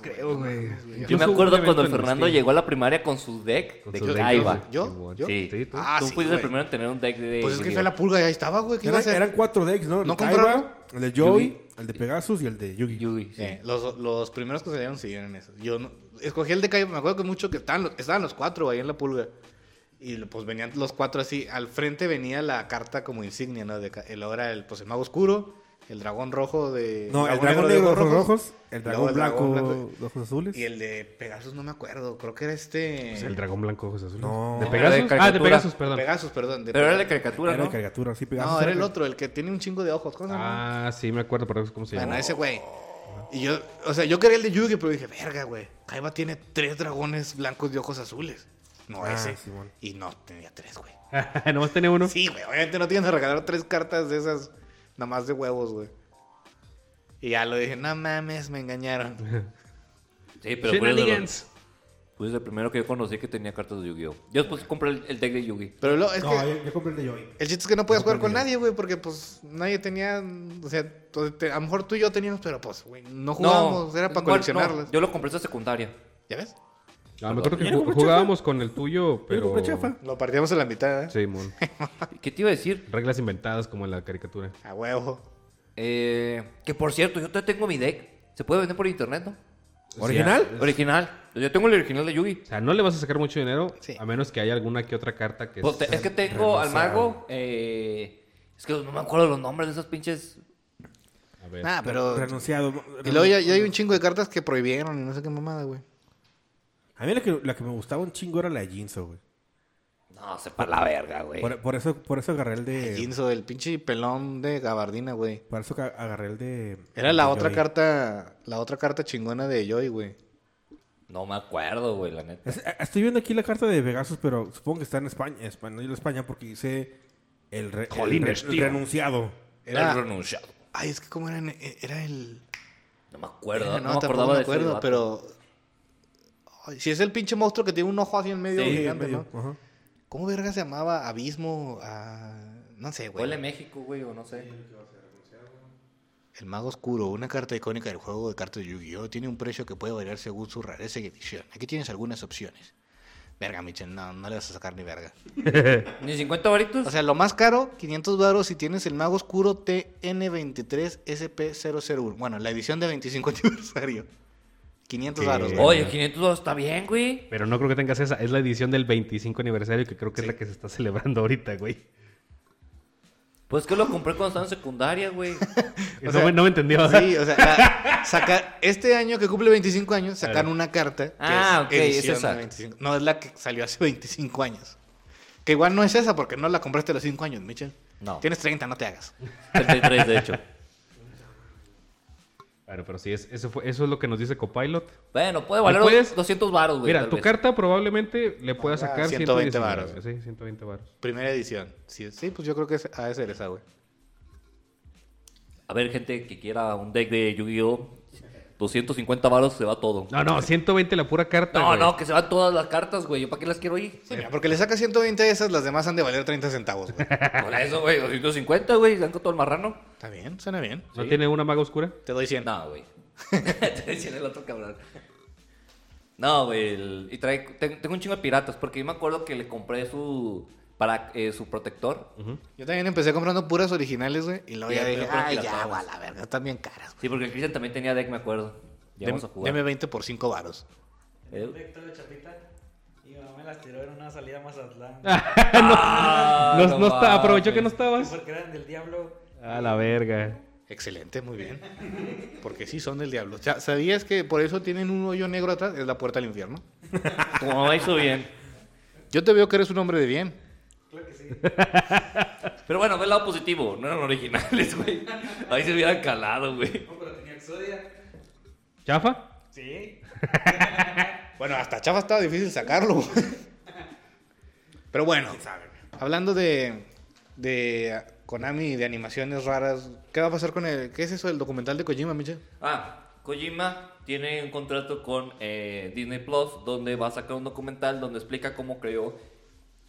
creo, güey. Yo me Incluso acuerdo un cuando el evento en Fernando Steam. llegó a la primaria con su deck Con de sus que- lentes, ahí Kaiba. va. ¿Yo? Simón. ¿Yo? Sí. Sí, tú. Ah, tú sí, fuiste el güey. primero en tener un deck de. Pues es que Yu-Gi-Oh. fue la pulga y ahí estaba, güey. ¿Qué iba a Eran, hacer? eran cuatro decks, ¿no? El ¿No de Kaiba, compraron? el de Joey, el de Pegasus y el de Yugi. Yugi, sí. Eh, los, los primeros que salieron siguieron esos. Yo no- escogí el de Kaiba. Me acuerdo que mucho que estaban los, estaban los cuatro güey, ahí en la pulga. Y lo- pues venían los cuatro así. Al frente venía la carta como insignia, ¿no? De, Ka- el ahora el, pues, el mago oscuro, el dragón rojo de... No, el negro dragón de negro de ojos ojos rojos, el luego dragón el blanco dragón de ojos azules. Y el de Pegasus no me acuerdo. Creo que era este... Pues El dragón blanco ojos azules. No. ¿De No, Pegasus? era de ah, de caricatura. Pegasus, perdón. Pegasus, perdón. de Pero era de Pegasus. caricatura, Era ¿no? de caricatura, sí, Pegasus. No, era el otro, el que tiene un chingo de ojos. ¿Cómo se llama? Ah, sí, me acuerdo, pero cómo se llama. Bueno, ese güey. Y yo, o sea, yo quería el de Yugi, pero dije, verga, güey. Kaiba tiene tres dragones blancos de ojos azules. No Ah, ese. Simón. Y no tenía tres, güey. Nomás tenía uno. Sí, güey. Obviamente no tienes que regalar tres cartas de esas, nada más de huevos, güey. Y ya lo dije, no mames, me engañaron. Sí, pero fue de los- fue Pues el primero que yo conocí que tenía cartas de Yu-Gi-Oh. Yo después compré el, el deck de Yugi. Pero lo, es No, que yo, yo compré el de Joey. el chiste es que no podías Yo creo jugar con que ya. nadie, güey, porque pues nadie tenía, o sea, to- te- a lo mejor tú y yo teníamos, pero pues, güey, no jugábamos, era para ¿cuál? No, coleccionarlas. yo lo compré hasta secundaria. ¿Ya ves? Ah, me acuerdo que Yo compré ju- jugábamos con el tuyo, Pero... pero... compré chafa. Lo partíamos en la mitad, ¿eh? Sí, mon. ¿Qué te iba a decir? Reglas inventadas como en la caricatura. A huevo. Eh, que por cierto, yo todavía tengo mi deck. Se puede vender por internet, ¿no? ¿Original? Sí, Original. Yo tengo el original de Yugi. O sea, no le vas a sacar mucho dinero, Sí. a menos que haya alguna que otra carta que... Pues, te- es que tengo al mago. eh, es que no me acuerdo los nombres de esos pinches. A ver. Ah, pero. Renunciado. Y luego ya, ya hay un chingo de cartas que prohibieron y no sé qué mamada, güey. A mí la que, la que me gustaba un chingo era la de Jinzo, güey. No, sepa la verga, güey. Por, e- por eso, por eso agarré el Eh. de... Jinzo, el pinche pelón de gabardina, güey. Por eso ca- agarré el de... Era la de otra Joy. carta, la otra carta chingona de Joy, güey. No me acuerdo, güey, la neta. Es- a- Estoy viendo aquí la carta de Pegasus, pero supongo que está en España, español España, porque dice el, re- el Jolines, re- el tío. renunciado. Era- Era renunciado. Ay, es que como era, eh, era el. No me acuerdo, Era- no, me Eh, tampoco acordaba de ese acuerdo, vato. pero. Ay, si es el pinche monstruo que tiene un ojo así en medio Sí, gigante, medio, ¿no? ajá. ¿Cómo verga se llamaba? Abismo. ah, No sé, güey. Huele México, güey, o no sé. El mago oscuro, una carta icónica del juego de cartas de Yu-Gi-Oh! Tiene un precio que puede variar según su rareza y edición. Aquí tienes algunas opciones. Verga, Michel, no, no le vas a sacar ni verga. ¿Ni 50 varitos? O sea, lo más caro, 500 baros si tienes el mago oscuro TN23SP001. Bueno, la edición de 25 aniversario. 500 Que- baros. güey. Oye, 500 dólares está bien, güey. Pero no creo que tengas esa. Es la edición del 25 aniversario que creo que es la que se está celebrando ahorita, güey. Pues que lo compré cuando estaba en secundaria, güey. No, sea, me- no me entendió. Sí, o sea, la- saca- este año que cumple 25 años, sacan Claro. una carta. Que Ah, ok, es edición esa. de 25. No, es la que salió hace 25 años. Que igual no es esa porque no la compraste a los 5 años, Michel. No. Tienes 30, no te hagas. 33, de hecho. Claro, pero sí, es, eso, fue, eso es lo que nos dice Copilot. Bueno, puede valer puedes- 200 varos, güey. Mira, tal tu vez. Ah, carta probablemente le pueda Valga sacar 120 120 varos. baros. Sí, 120 baros. Primera edición. Sí, sí, pues yo creo que es- ha de ser esa, güey. A ver, gente que quiera un deck de Yu-Gi-Oh! 250 varos se va todo. No, no, 120 la pura carta. No, güey. no, que se van todas las cartas, güey. ¿Yo para qué las quiero ir? Sí, mira, porque le sacas 120 de esas, las demás han de valer 30 centavos, güey. Por eso, güey, 250, güey. ¿Se han todo el marrano? Está bien, suena bien. ¿No tiene una maga oscura? Te doy 100. No, güey. Te decía el otro cabrón. No, güey. el- Y trae. ten- Tengo un chingo de piratas porque yo me acuerdo que le compré su. Para eh, su protector. Yo también empecé comprando puras originales, güey. Y luego Sí, ya pero dije, creo que ay, las ya, tomas". güey, a la verga, están bien caras. Sí, porque el Cristian también tenía deck, me acuerdo. Deme, Llegamos a jugar. deme 20 por 5 varos. Un Eh, lector de chapita. Y mi mamá me las tiró en una salida a Mazatlán. ah, no, no está, mames. aprovechó que no estabas. Porque eran del diablo. A la verga. Excelente, muy bien. Porque sí son del diablo. O sea, ¿Sabías que por eso tienen un hoyo negro atrás? Es la puerta al infierno. Tu mamá hizo bien. Yo te veo que eres un hombre de bien. Pero bueno, ve el lado positivo. No eran originales, güey. Ahí se hubieran calado, güey. No, pero tenía Exodia. ¿Chafa? Sí. Bueno, hasta Chava estaba difícil sacarlo. güey. Pero bueno, hablando de, de Konami, de animaciones raras, ¿qué va a pasar con el... ¿Qué es eso del documental de Kojima, Miche? Ah, Kojima tiene un contrato con eh, Disney Plus donde va a sacar un documental donde explica cómo creó.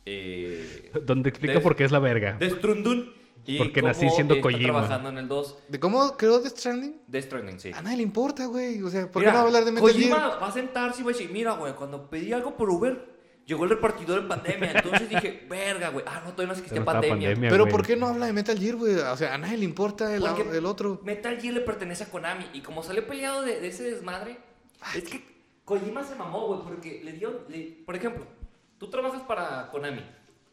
Eh, Donde explica Des- por qué es la verga. Death Stranding y Porque cómo nací siendo está Kojima. trabajando en el 2. ¿De cómo creó Death Stranding? Death Stranding, sí. A nadie le importa, güey. O sea, ¿por Mira, qué no hablar de Metal Kojima Gear? va a sentarse y va a decir, mira, güey, cuando pedí algo por Uber, llegó el repartidor en pandemia. Entonces dije, verga, güey. Ah, no, todavía no existía Pero estaba pandemia. pandemia. Pero güey. ¿por qué no habla de Metal Gear, güey? O sea, a nadie le importa el, Porque el otro. Metal Gear le pertenece a Konami. Y como salió peleado de, de ese desmadre, es que Kojima se mamó, güey, porque le dio. le- por ejemplo, tú trabajas para Konami,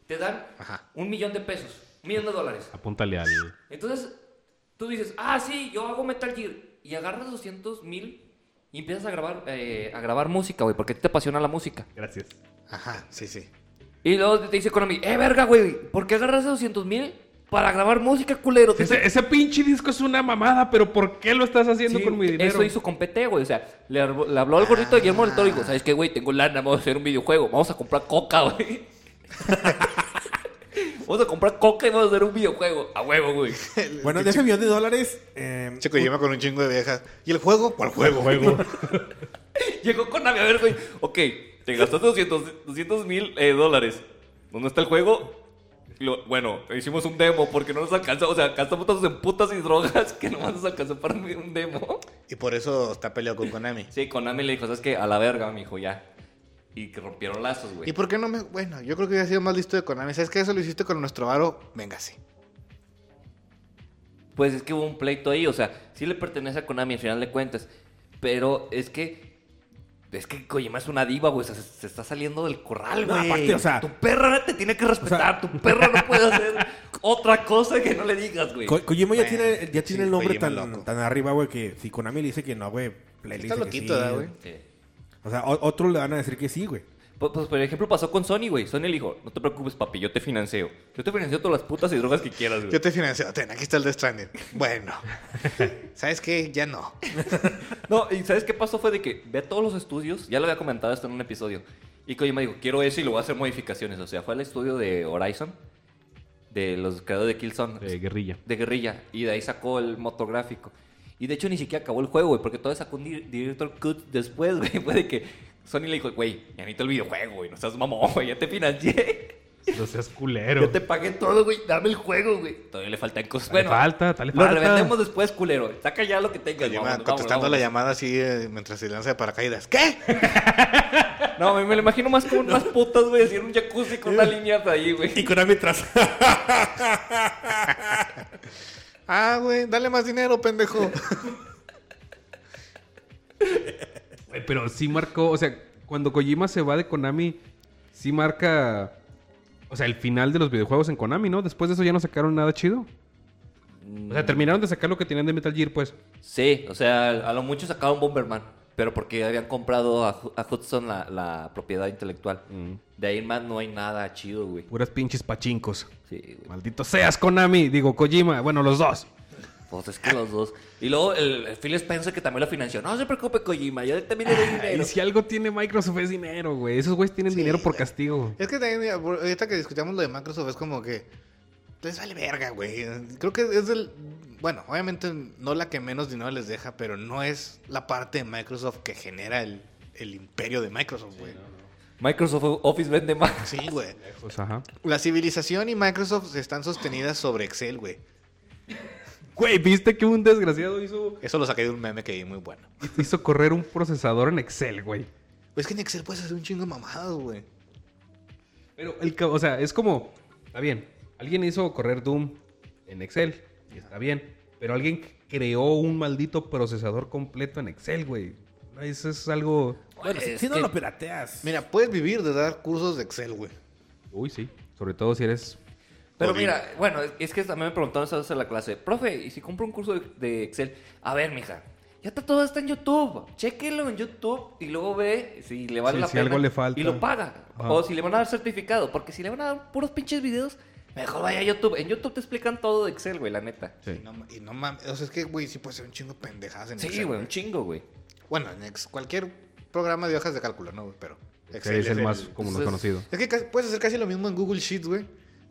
te dan Ajá. un millón de pesos, un millón de dólares. Apúntale al. Entonces, tú dices, ah, sí, yo hago Metal Gear. Y agarras 200 mil y empiezas a grabar, eh, a grabar música, güey, porque a ti te apasiona la música. Gracias. Ajá, sí, sí. Y luego te dice Konami, eh, verga, güey, ¿por qué agarras 200 mil para grabar música, culero? ¿Tú Ese, ese pinche disco es una mamada, pero ¿por qué lo estás haciendo Sí, con mi dinero? Eso hizo con PT, güey. O sea, le, arbo- le habló al gordito de Guillermo del Toro y dijo, ¿sabes qué, güey? Tengo lana, vamos a hacer un videojuego. Vamos a comprar coca, güey. vamos a comprar coca y vamos a hacer un videojuego. A huevo, güey. Bueno, de ese millón de dólares... eh, Che Kojima con un chingo de viejas. ¿Y el juego? ¿Cuál juego? Llegó con Nami, a ver, güey. Ok, te gastaste 200 200 mil eh, dólares. ¿Dónde está el juego? Y lo- bueno, hicimos un demo porque no nos alcanzó. O sea, gastamos todos en putas y drogas que nomás nos alcanzó para un demo. Y por eso está peleado con Konami. Sí, Konami le dijo, ¿sabes qué? A la verga, mijo, ya. Y que rompieron lazos, güey. ¿Y por qué no me.? Bueno, yo creo que hubiera sido más listo de Konami. ¿Sabes que Eso lo hiciste con nuestro varo. Véngase. Pues es que hubo un pleito ahí, o sea, sí le pertenece a Konami al final de cuentas, pero es que Es que Kojima es una diva, güey. o sea, se, se está saliendo del corral, No, güey. aparte, o sea- tu perra te tiene que respetar. tu perra no puede hacer otra cosa que no le digas, güey. Ko- Kojima ya Bueno, tiene, ya tiene sí, el nombre Kojima tan, loco. tan arriba, güey, que si Konami le dice que no, güey, Está le dice que loquito, sí. ¿verdad, güey? Sí. O sea, o- otros le van a decir que sí, güey. Pues, pues, por ejemplo, pasó con Sony, güey. Sony le dijo, no te preocupes, papi, yo te financio. Yo te financio todas las putas y drogas que quieras, güey. Yo te financio, ten, aquí está el de Stranded. Bueno, ¿sabes qué? Ya no. No, y ¿sabes qué pasó? Fue de que ve a todos los estudios, ya lo había comentado esto en un episodio, y que yo me digo, quiero eso y le voy a hacer modificaciones. O sea, fue al estudio de Horizon, de los creadores de Killzone, De guerrilla. de Guerrilla, y de ahí sacó el motográfico. Y de hecho ni siquiera acabó el juego, güey, porque todavía sacó un dir- director cut después, güey. Fue de que Sony le dijo, güey, ya necesito el videojuego, güey, no seas mamón, güey, ya te financié. No seas culero. Yo te pagué todo, güey, dame el juego, güey. Todavía le faltan cosas. Dale Bueno, falta, dale lo falta. revendemos después, culero. Saca ya lo que tengas. Kojima vámonos, contestando vámonos, la llamada así eh, mientras se lanza de paracaídas. ¿Qué? No, me, me lo imagino más con unas putas, güey, así en un jacuzzi con una línea de ahí, güey. Y Konami tras. Ah, güey, dale más dinero, pendejo. Güey, Pero sí marcó, o sea, cuando Kojima se va de Konami, sí marca, o sea, el final de los videojuegos en Konami, ¿no? Después de eso ya no sacaron nada chido. O sea, terminaron de sacar lo que tenían de Metal Gear, pues. Sí, o sea, a lo mucho sacaron Bomberman, pero porque habían comprado a, Hu- a Hudson la, la propiedad intelectual. De ahí en más no hay nada chido, güey. Puras pinches pachincos. Sí, güey. Maldito seas, Konami. Digo, Kojima. Bueno, los dos. Pues es que los dos. Y luego el, el Phil Spencer que también lo financió. No se preocupe, Kojima, yo también le doy dinero. Y si algo tiene Microsoft es dinero, güey. Esos güeyes tienen dinero por castigo. Es que también, mira, por- ahorita que discutíamos lo de Microsoft, es como que. Les vale verga, güey. Creo que es el. Bueno, obviamente no la que menos dinero les deja, pero no es la parte de Microsoft que genera el, el imperio de Microsoft, güey. Microsoft Office vende más. Sí, güey. Pues, ajá. La civilización y Microsoft están sostenidas sobre Excel, güey. Güey, ¿viste que un desgraciado hizo, Eso lo saqué de un meme que vi muy bueno. hizo correr un procesador en Excel, güey? Pues que en Excel puedes hacer un chingo de mamadas, güey. Pero, el, ca- o sea, es como, está bien, alguien hizo correr Doom en Excel, y está bien, pero alguien creó un maldito procesador completo en Excel, güey. Eso es algo... bueno, si, Es si no que- lo pirateas. Mira, puedes vivir de dar cursos de Excel, güey. Uy, sí. Sobre todo si eres... Pero Godín. mira, bueno, es- es que también me preguntaron esa vez en la clase, profe, ¿y si compro un curso de, de Excel? A ver, mija, ya está todo está en YouTube, chéquelo en YouTube y luego ve si le vale Sí, la si pena algo le falta. y lo paga. Ajá. O si le van a dar certificado, porque si le van a dar puros pinches videos, mejor vaya a YouTube. En YouTube te explican todo de Excel, güey, la neta. Y no, ma- y no mames. O sea, es que, güey, sí puedes hacer un chingo de pendejadas en Sí, Excel. güey, un chingo, güey. Bueno, en ex- cualquier programa de hojas de cálculo, ¿no? güey? Pero Excel es el más común Entonces- conocido. Es que casi- puedes hacer casi lo mismo en Google Sheets, güey.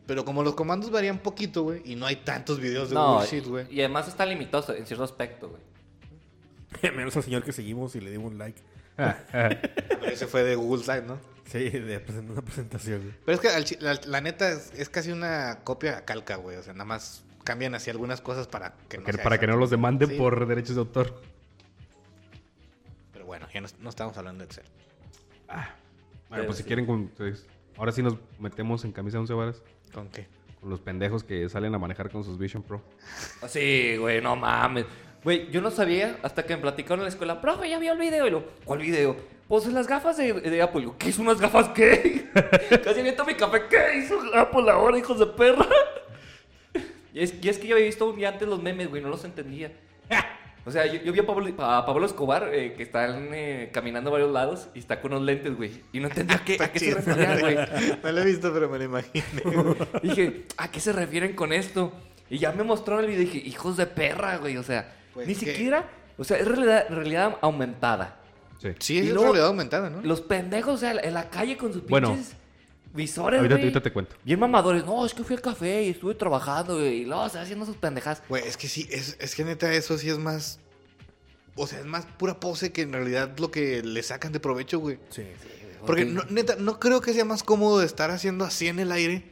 Pero como los comandos varían poquito, güey, y no hay tantos videos de No, Google Sheets, güey. y además está limitado en cierto aspecto, güey. Menos al señor que seguimos y le dimos un like. Ah, Pero Ese fue de Google Site, ¿no? Sí, de presen- una presentación, güey. Pero es que al chi- la, la neta es, es casi una copia a calca, güey. O sea, nada más cambian así algunas cosas para que no Que- sea para esa. que no los demanden Sí. por derechos de autor. Pero bueno, ya no, no estamos hablando de Excel. Bueno, Pero pues si sí. quieren... con- entonces, ahora sí nos metemos en camisa de once varas ¿Con qué? con los pendejos que salen a manejar con sus Vision Pro. Así, güey, no mames. Güey, yo no sabía hasta que me platicaron en la escuela, profe, ya vio el video. Y lo, ¿cuál video? Pues las gafas de, de Apple. Yo, ¿qué es unas gafas qué? Casi aviento mi café. ¿Qué hizo Apple ahora, hijos de perra? y, es, y es que yo había visto un día antes los memes, güey, no los entendía. O sea, yo, yo vi a Pablo, a Pablo Escobar eh, que están eh, caminando a varios lados y está con unos lentes, güey. Y no entendía a qué, a qué se refería, güey. no lo he visto, pero me lo imaginé. Dije, ¿a qué se refieren con esto? Y ya me mostraron el video y dije, hijos de perra, güey. O sea, Pues ni que- siquiera. O sea, es realidad, realidad aumentada. Sí. Sí, Y es luego- realidad aumentada, ¿no? Los pendejos o sea, en la calle con sus Bueno. pinches visores, Ahorita, güey. ahorita te cuento. Bien mamadores. No, es que fui al café y estuve trabajando güey, y luego se haciendo sus pendejas. Güey, es que sí, es, es que neta eso sí es más... O sea, es más pura pose que en realidad lo que le sacan de provecho, güey. Sí. Porque Ok. no- neta, no creo que sea más cómodo de estar haciendo así en el aire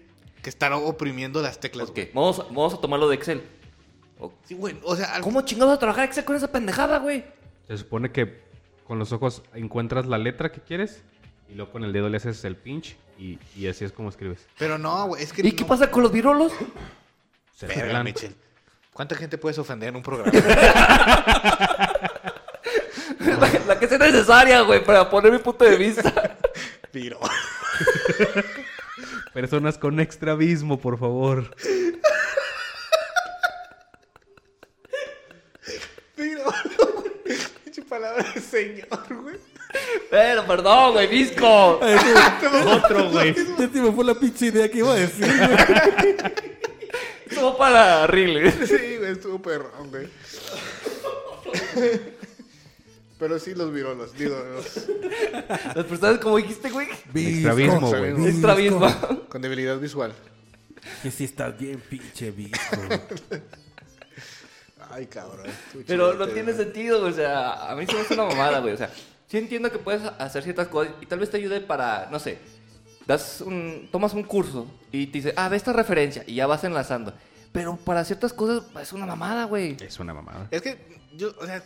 que estar oprimiendo las teclas, Ok, güey. vamos, a- vamos a tomarlo de Excel. O- Sí, güey, o sea... al- ¿Cómo chingados a trabajar Excel con esa pendejada, güey? Se supone que con los ojos encuentras la letra que quieres y luego con el dedo le haces el pinch y, y así es como escribes. Pero no, güey, es que... ¿Y qué no- pasa con los virolos? Se Verga, arreglan. Michel. ¿Cuánta gente puedes ofender en un programa? la, la que se da necesaria, güey, para poner mi punto de vista. Piro. Personas con extravismo, por favor. Piro. Pinche palabra de señor, güey. Pero perdón, güey, Visco. Otro, güey. Ya se me fue la pinche idea que iba a decir, güey. Estuvo para Rile. Sí, güey, estuvo perrón, güey. Pero sí los virolos, digo, los- Las personas, como dijiste, güey, Extravismo, güey. Visco. extra misma. con debilidad visual. Que sí estás bien pinche visco. Ay, cabrón. estuvo Pero chidote, no tiene güey. sentido, o sea, a mí se me hace una mamada, güey. O sea, sí entiendo que puedes hacer ciertas cosas y tal vez te ayude para, no sé, das un, tomas un curso y te dice, ah, ve esta referencia y ya vas enlazando. Pero para ciertas cosas es una mamada, güey. Es una mamada. Es que yo, o sea,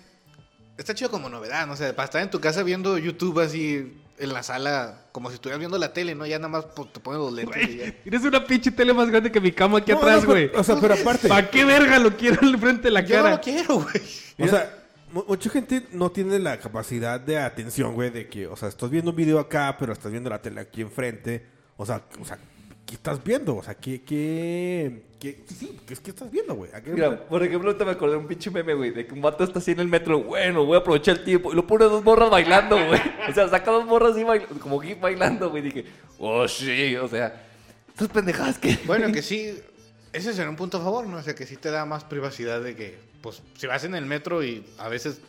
está chido como novedad, ¿no? O sea, para estar en tu casa viendo YouTube así en la sala, como si estuvieras viendo la tele, ¿no? Ya nada más po- te pones los lentes y ya. Tienes una pinche tele más grande que mi cama aquí No, atrás, no, pero- güey. O sea, pero aparte. ¿Para qué verga lo quiero al frente de la Yo no cara? lo quiero, güey. O sea, mu- mucha gente no tiene la capacidad de atención, güey, de que, o sea, estás viendo un video acá, pero estás viendo la tele aquí enfrente. O sea, o sea ¿qué estás viendo? O sea, ¿qué, qué, qué, sí, ¿qué, qué estás viendo, güey? ¿A qué- Mira, por ejemplo, te me acordé de un pinche meme, güey, de que un vato está así en el metro, bueno, voy a aprovechar el tiempo, y lo pone dos morras bailando, güey. O sea, saca dos morras así bail- como gif bailando, güey, dije, oh, sí, o sea, esas pendejadas que... Bueno, que sí, ese será un punto a favor, ¿no? O sea, que sí te da más privacidad de que, pues, si vas en el metro y a veces,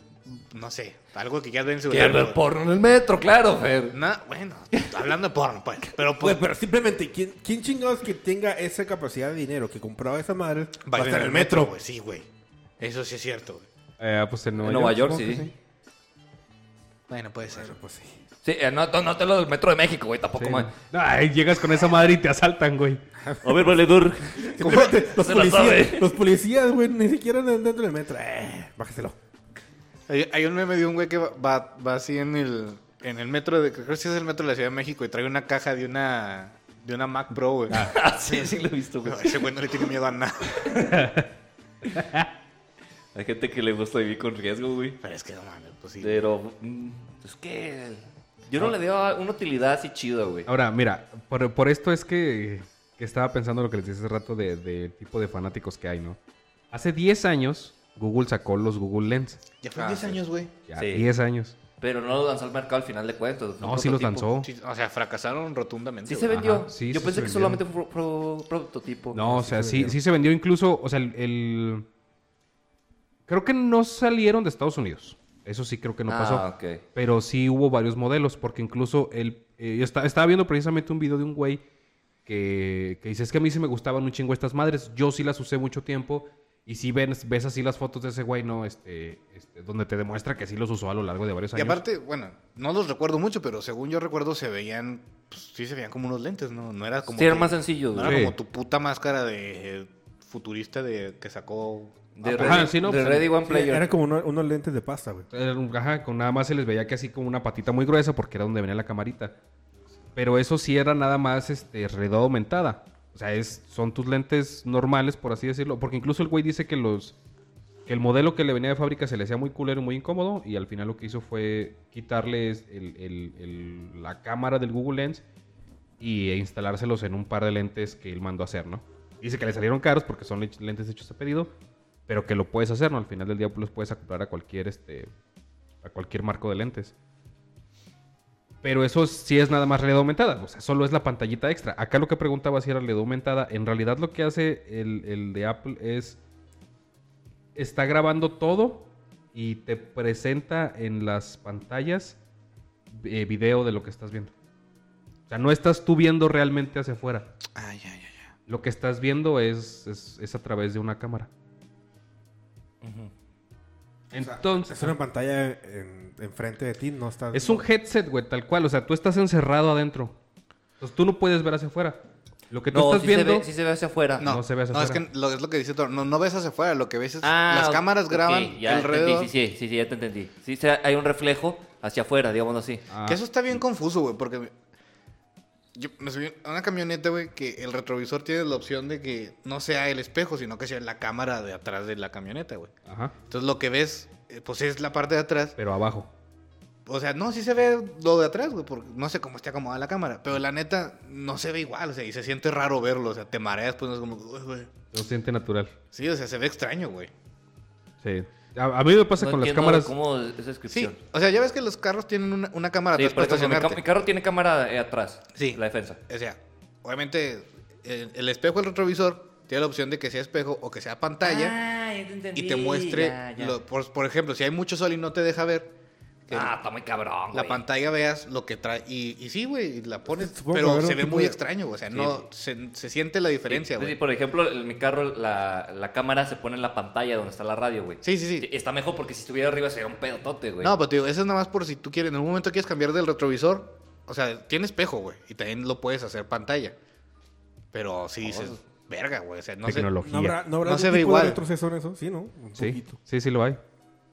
no sé, algo que quieras ver en Que seguridad. ver pero- porno en el metro, claro, Fer. Na- bueno, hablando de porno, pues. Pero Güey, pues, pero simplemente, ¿quién, ¿quién chingados que tenga esa capacidad de dinero que compraba esa madre va a bailar estar en el metro? güey, sí, güey. Eso sí es cierto, güey. Eh, pues en Nueva, En Nueva York, supongo sí. que Sí, Bueno, puede ser. Pues sí. eh, no, no, no te lo del metro de México, güey, tampoco, man. No, ay, llegas con esa madre y te asaltan, güey. A ver, valedor. Simplemente, los, Se la sabe. policías, los policías, güey, ni siquiera andan dentro del metro. Eh, bájeselo. Hay, hay un meme de un güey que va, va, va así en el, en el metro, de, creo que sí es el metro de la Ciudad de México, y trae una caja de una, de una Mac Pro, güey. Ah, sí, sí lo he visto, güey. No, ese güey no le tiene miedo a nada. Hay gente que le gusta vivir con riesgo, güey. Pero es que no mames, pues sí. Pero, mm, es que... Yo no le veo una utilidad así chida, güey. Ahora, mira, por, por esto es que, que estaba pensando lo que les dije hace rato de- del tipo de fanáticos que hay, ¿no? Hace 10 años, Google sacó los Google Lens. Ya fue Ah, 10 sí. años, güey. Ya, Sí. 10 años. Pero no lo lanzó al mercado al final de cuentas. fue No, un sí los prototipo. lanzó. Sí, o sea, fracasaron rotundamente. Sí se güey. vendió. Ajá, sí, Yo sí pensé se que vendieron. solamente fue un pro- pro- prototipo. No, o sí sea, se sí, vendieron. sí se vendió incluso, o sea, el, el- Creo que no salieron de Estados Unidos. Eso sí creo que no Ah, pasó. ok. Pero sí hubo varios modelos, porque incluso el... eh, yo esta- estaba viendo precisamente un video de un güey que, que dice, es que a mí sí me gustaban un chingo estas madres, yo sí las usé mucho tiempo, y si ves, ves así las fotos de ese güey, ¿no? Este, este, donde te demuestra que sí los usó a lo largo de varios Y años. aparte, bueno, no los recuerdo mucho, pero según yo recuerdo se veían, pues, sí se veían como unos lentes, ¿no? No era como... Sí, era tu- más sencillo, No güey. era Sí. como tu puta máscara de eh, futurista de que sacó... De Apple. Ajá, Ready, sí, no, de pues, Ready One Sí, Player. era como uno- unos lentes de pasta, güey. Era un- Ajá, con nada más se les veía que así como una patita muy gruesa porque era donde venía la camarita. Pero eso sí era nada más este, realidad aumentada. O sea, es, son tus lentes normales, por así decirlo. Porque incluso el güey dice que los que el modelo que le venía de fábrica se le hacía muy culero y muy incómodo. Y al final lo que hizo fue quitarle es- el- el- el- la cámara del Google Lens y e instalárselos en un par de lentes que él mandó a hacer, ¿no? Dice que le salieron caros porque son lech- lentes hechos a pedido, pero que lo puedes hacer, ¿no? Al final del día pues, los puedes acoplar a cualquier, este, a cualquier marco de lentes. Pero eso sí es nada más realidad aumentada, o sea, solo es la pantallita extra. Acá lo que preguntaba si era realidad aumentada, en realidad lo que hace el, el de Apple es, está grabando todo y te presenta en las pantallas eh, video de lo que estás viendo. O sea, no estás tú viendo realmente hacia afuera. Ay, ay, ay, ay. Lo que estás viendo es, es, es a través de una cámara. Entonces, Es una pantalla en- enfrente de ti, no está. es un headset, güey, tal cual. O sea, tú estás encerrado adentro. Entonces tú no puedes ver hacia afuera. Lo que tú No, estás sí, viendo... se ve, sí se ve hacia afuera. No, No se ve hacia no, es afuera. que lo- es lo que dice todo. No, no ves hacia afuera, lo que ves es Ah, las ok, cámaras ok, graban ya alrededor. entendí, sí, sí, sí, sí, ya te entendí. Sí, se- hay un reflejo hacia afuera, digamos así. Ah, Que eso está bien confuso, güey, porque yo me subí a una camioneta, güey, que el retrovisor tiene la opción de que no sea el espejo, sino que sea la cámara de atrás de la camioneta, güey. Ajá, Entonces lo que ves, eh, pues es la parte de atrás, pero abajo. O sea, no, sí se ve lo de atrás, güey, porque no sé cómo está acomodada la cámara. Pero la neta, no se ve igual, o sea, y se siente raro verlo. O sea, te mareas, pues no es como, "Uy, güey. No se siente natural. Sí, o sea, se ve extraño, güey. Sí. A, a mí me pasa No con las entiendo cámaras. ¿Cómo es Sí, descripción? o sea, ya ves que los carros tienen una, una cámara Sí, atrás por para ejemplo, mi, ca- estacionarte. mi carro tiene cámara eh, atrás. Sí. La defensa. O sea, obviamente, el, el espejo, el retrovisor, tiene la opción de que sea espejo o que sea pantalla Ah, ya entendí, y te muestre, ya, ya. lo- por, por ejemplo, si hay mucho sol y no te deja ver, que Ah, está muy cabrón, la güey. pantalla veas lo que trae. Y, y sí, güey, y la pones, Supongo que pero habrá se un ve tipo muy de- extraño, güey, o sea, Sí. no, se, se siente la diferencia, Sí, sí, güey. por ejemplo, en mi carro la, la cámara se pone en la pantalla donde está la radio, güey. Sí, sí, sí. Está mejor porque si estuviera arriba sería un pedotote, güey. No, pero te digo, eso es nada más por si tú quieres, en algún momento quieres cambiar del retrovisor. O sea, tiene espejo, güey, y también lo puedes hacer pantalla. Pero sí, dices, verga, güey, o sea, no sé. Tecnología. ¿No habrá, no No habrá algún se ve tipo igual. de retroceso en eso? Sí, ¿no? Un Sí, poquito. sí, sí lo hay.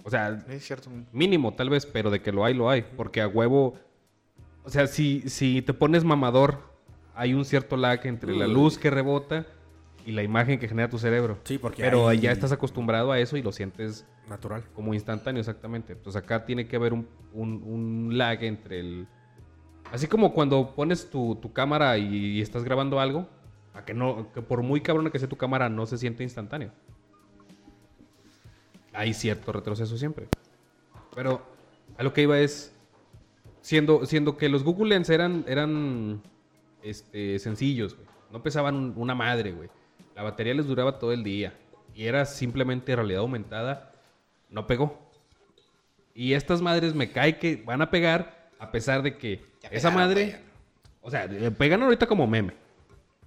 O sea, Sí, Es cierto. mínimo tal vez, pero de que lo hay, lo hay. Porque a huevo. O sea, si, si te pones mamador, hay un cierto lag entre la luz que rebota y la imagen que genera tu cerebro. Sí, porque Pero hay- ya estás acostumbrado a eso y lo sientes Natural. como instantáneo, exactamente. Entonces acá tiene que haber un, un- un lag entre el. Así como cuando pones tu, tu cámara y, y estás grabando algo, a que no, que por muy cabrona que sea tu cámara, no se siente instantáneo. Hay cierto retroceso siempre. Pero a lo que iba es. Siendo, siendo que los Google Lens eran, eran este, sencillos, güey. No pesaban un- una madre, güey. La batería les duraba todo el día. Y era simplemente realidad aumentada. No pegó. Y estas madres me cae que van a pegar a pesar de que Ya esa pegaron, madre... vaya. O sea, eh, pegan ahorita como meme.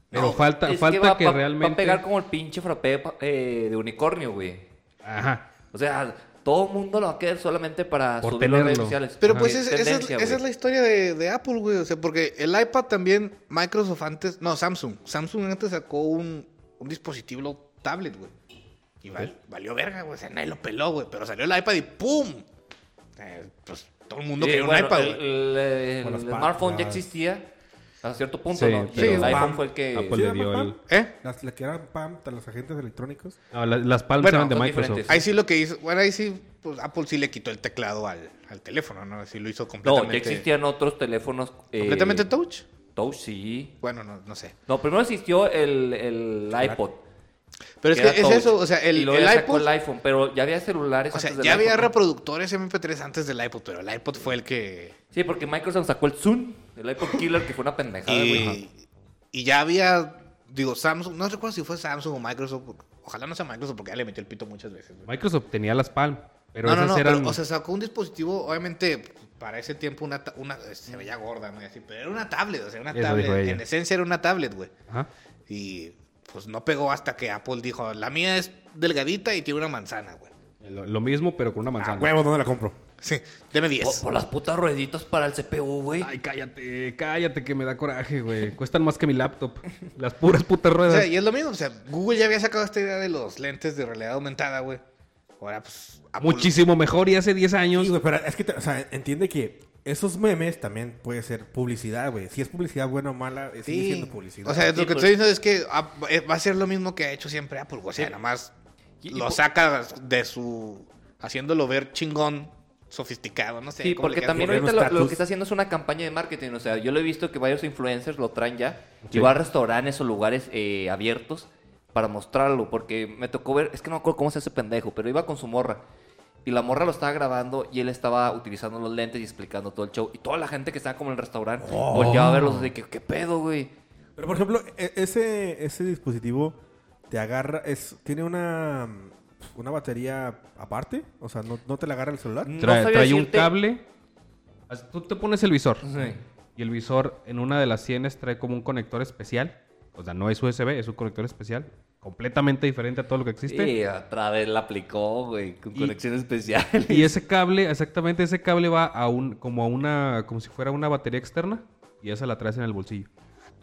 Pero No, falta, Es falta que, va- va- realmente... Va a pegar como el pinche frappé pa- eh, de unicornio, güey. Ajá. O sea, todo el mundo lo va a querer solamente para Por subirlo a redes tenerlo. sociales. Pero Ajá. pues es- esa es- tendencia, esa es la güey. historia de, de Apple, güey. O sea, porque el iPad también, Microsoft antes, no, Samsung. Samsung antes sacó un, un dispositivo tablet, güey. Y val- valió verga, güey. O sea, nadie lo peló, güey. Pero salió el iPad y ¡pum! Eh, pues todo el mundo Sí, quería bueno, un iPad, el, güey. el- el Con las pa- smartphone ya las- existía a cierto punto, Sí, ¿no? pero Pero el Apple- iPhone fue el que... Apple Sí, le era dio más el... fan. ¿Eh? Las, las que eran PAM, tan los agentes electrónicos. No, la- las palmas Bueno, eran de son Microsoft. diferentes. Ahí sí lo que hizo, bueno, ahí sí, pues Apple sí le quitó el teclado al, al teléfono, ¿no? Así lo hizo No, ya completamente. existían otros teléfonos... eh, ¿Completamente touch? Touch, sí. Bueno, no, no sé. No, primero existió el, el iPod. Pero es que era es touch, eso, o sea, el, y luego el ya sacó iPod. el iPhone, pero ya había celulares O sea, antes del ya había iPhone. reproductores MP3 antes del iPod, pero el iPod fue el que. Sí, porque Microsoft sacó el Zoom, el iPod Killer, que fue una pendejada, Ah, güey. Y, y ya había, digo, Samsung, no recuerdo si fue Samsung o Microsoft, porque- ojalá no sea Microsoft porque ya le metió el pito muchas veces. güey. Microsoft tenía las palmas. Pero no, no, esas no, eran... pero, o sea, sacó un dispositivo, obvemente, para ese tiempo una, ta- una se veía gorda, ¿no? Y así, pero era una tablet, o sea, una Eso tablet, dijo ella. en esencia era una tablet, güey. Ajá. Y pues no pegó hasta que Apple dijo, la mía es delgadita y tiene una manzana, güey. Lo, lo mismo, pero con una manzana. Ah, huevo, ¿dónde la compro? Sí, deme Por, 10. por las putas rueditas para el CPU, güey. Ay, cállate, cállate, que me da coraje, güey. Cuestan más que mi laptop. Las puras putas O ruedas. sea, y es lo mismo, o sea, Google ya había sacado esta idea de los lentes de realidad aumentada, güey. Ahora, pues, Apple- Muchísimo mejor y hace 10 años. Sí, güey, pero es que, te- o sea, entiende que esos memes también puede ser publicidad, güey. Si es publicidad buena o mala, eh, sigue siendo publicidad. O sea, Sí, lo que pues. estoy diciendo es que ah, eh, va a ser lo mismo que ha hecho siempre Apple. O sea, nada más Y- y lo po- saca de su. haciéndolo ver chingón, sofisticado, no sé. Sí, cómo le porque quieras también poner. ahorita poner un lo, lo status. que está haciendo es una campaña de marketing. O sea, yo lo he visto que varios influencers lo traen ya y va a restaurantes o lugares eh, abiertos para mostrarlo. Porque me tocó ver, es que no me acuerdo cómo se hace pendejo, pero iba con su morra. Y la morra lo estaba grabando y él estaba utilizando los lentes y explicando todo el show. Y toda la gente que estaba como en el restaurante volteaba a verlos de que, ¿qué pedo, güey? Pero por ejemplo, e- ese, ese dispositivo te agarra, es, tiene una, una batería aparte, o sea, no, no te la agarra el celular. Mm. No Trae, sabía trae un decirte- cable. As- Tú te pones el visor. Sí. Y el visor en una de las sienes trae como un conector especial. O sea, no es USB, es un conector especial. Completamente diferente a todo lo que existe. Sí, otra vez la aplicó, güey, con Y- conexión especial. Y ese cable, exactamente ese cable va a un, como a una, como si fuera una batería externa y esa la traes en el bolsillo.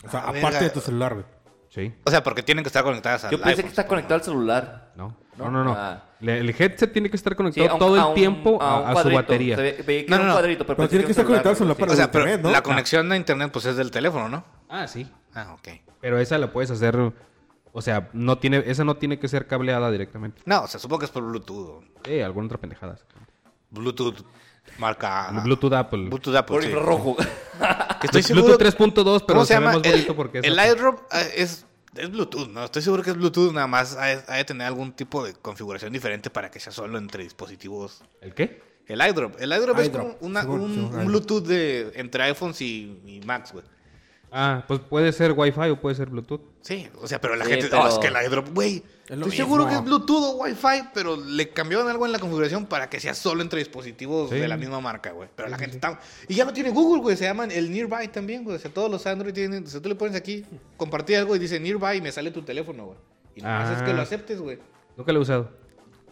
O sea, Ah, aparte verga. de tu celular, güey. Sí. O sea, porque tienen que estar conectadas al Yo pensé que iPhone. está conectado al celular. No, no, no, no. Ah. Le- el headset tiene que estar Sí, conectado a un- todo a el un- tiempo un a, a su cuadrito. batería. Se ve- veía que No, era no, un no. cuadrito, pero, Pero tiene que estar conectado al O celular sea, por pero internet, ¿no? Ah. la conexión a internet, pues es del teléfono, ¿no? Ah, sí. Ah, ok. Pero esa la puedes hacer, o sea, no tiene, esa no tiene que ser cableada directamente. No, o sea, supongo que es por Bluetooth. Eh, alguna otra pendejada. Bluetooth marca. Ah. Bluetooth Apple. Bluetooth Apple. Por sí. ejemplo, rojo. Que Estoy seguro. Bluetooth 3.2, pero ¿Cómo se llama? más El- bonito porque es el Apple. airdrop eh, es, es Bluetooth, ¿no? Estoy seguro que es Bluetooth, nada más ha de- ha de tener algún tipo de configuración diferente para que sea solo entre dispositivos ¿El qué? El iDrop. El iDrop, es iDrop, como una- según- un, según un iDrop. Bluetooth de, entre iPhones y, y Macs, güey. Ah, pues puede ser Wi-Fi o puede ser Bluetooth. Sí, o sea, pero la Sí, gente... pero- "Oh, es que el iDrop, güey. lo Estoy mismo. seguro que es Bluetooth o Wi-Fi, pero le cambiaron algo en la configuración para que sea solo entre dispositivos Sí. de la misma marca, güey. Pero la gente está... Y ya no tiene Google, güey. Se llaman el Nearby también, güey. O sea, todos los Android tienen... O sea, tú le pones aquí, compartir algo y dice Nearby y me sale tu teléfono, güey. Y nada más Ah. es que lo aceptes, güey. Nunca lo he usado.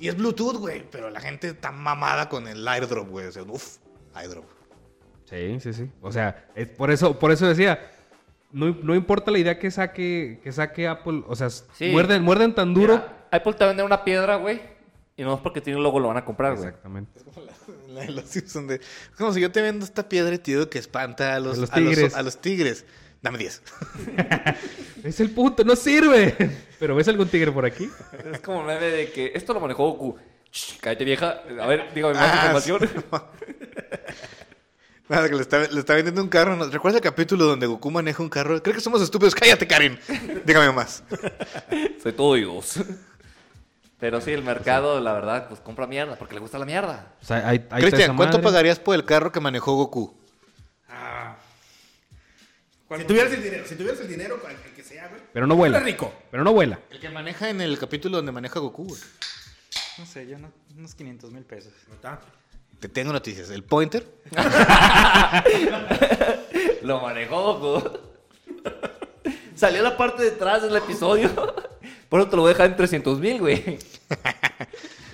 Y es Bluetooth, güey. Pero la gente está mamada con el airdrop, güey. O sea, uff, airdrop. Sí, sí, sí. O sea, es por eso, por eso decía, no, no importa la idea que saque, que saque Apple, o sea, Sí. muerden, muerden tan duro. Mira, Apple te va a vender una piedra, güey. Y no es porque tiene el logo, lo van a comprar, güey. Exactamente. La de los Simpson de. Es como si yo te vendo esta piedra y te digo que espanta a los, A los a los- tigres. a los tigres. Dame 10. Es el punto, no sirve. Pero ves algún tigre por aquí. Es como meme de que esto lo manejó Goku. Shh, cállate, vieja. A ver, dígame más Ah, información. Nada, Ah, que le está, le está vendiendo un carro. ¿no? ¿Recuerda el capítulo donde Goku maneja un carro? Creo que somos estúpidos. Cállate, Karen. Dígame más. Soy todo Dios. Pero sí, el mercado, la verdad, pues compra mierda porque le gusta la mierda. O sea, ahí, ahí está esa Cristian, ¿cuánto madre. pagarías por el carro que manejó Goku? Si tuvieras el dinero, si tuvieras el dinero, cual- el que sea, güey. Pero no vuela. Era rico. Pero no vuela. El que maneja en el capítulo donde maneja Goku. güey. No sé, yo no, unos 500 mil pesos. Te tengo noticias. El pointer. Lo manejó, Goku. Salió la parte de atrás del episodio. Por eso te lo voy a dejar en 300 mil, güey.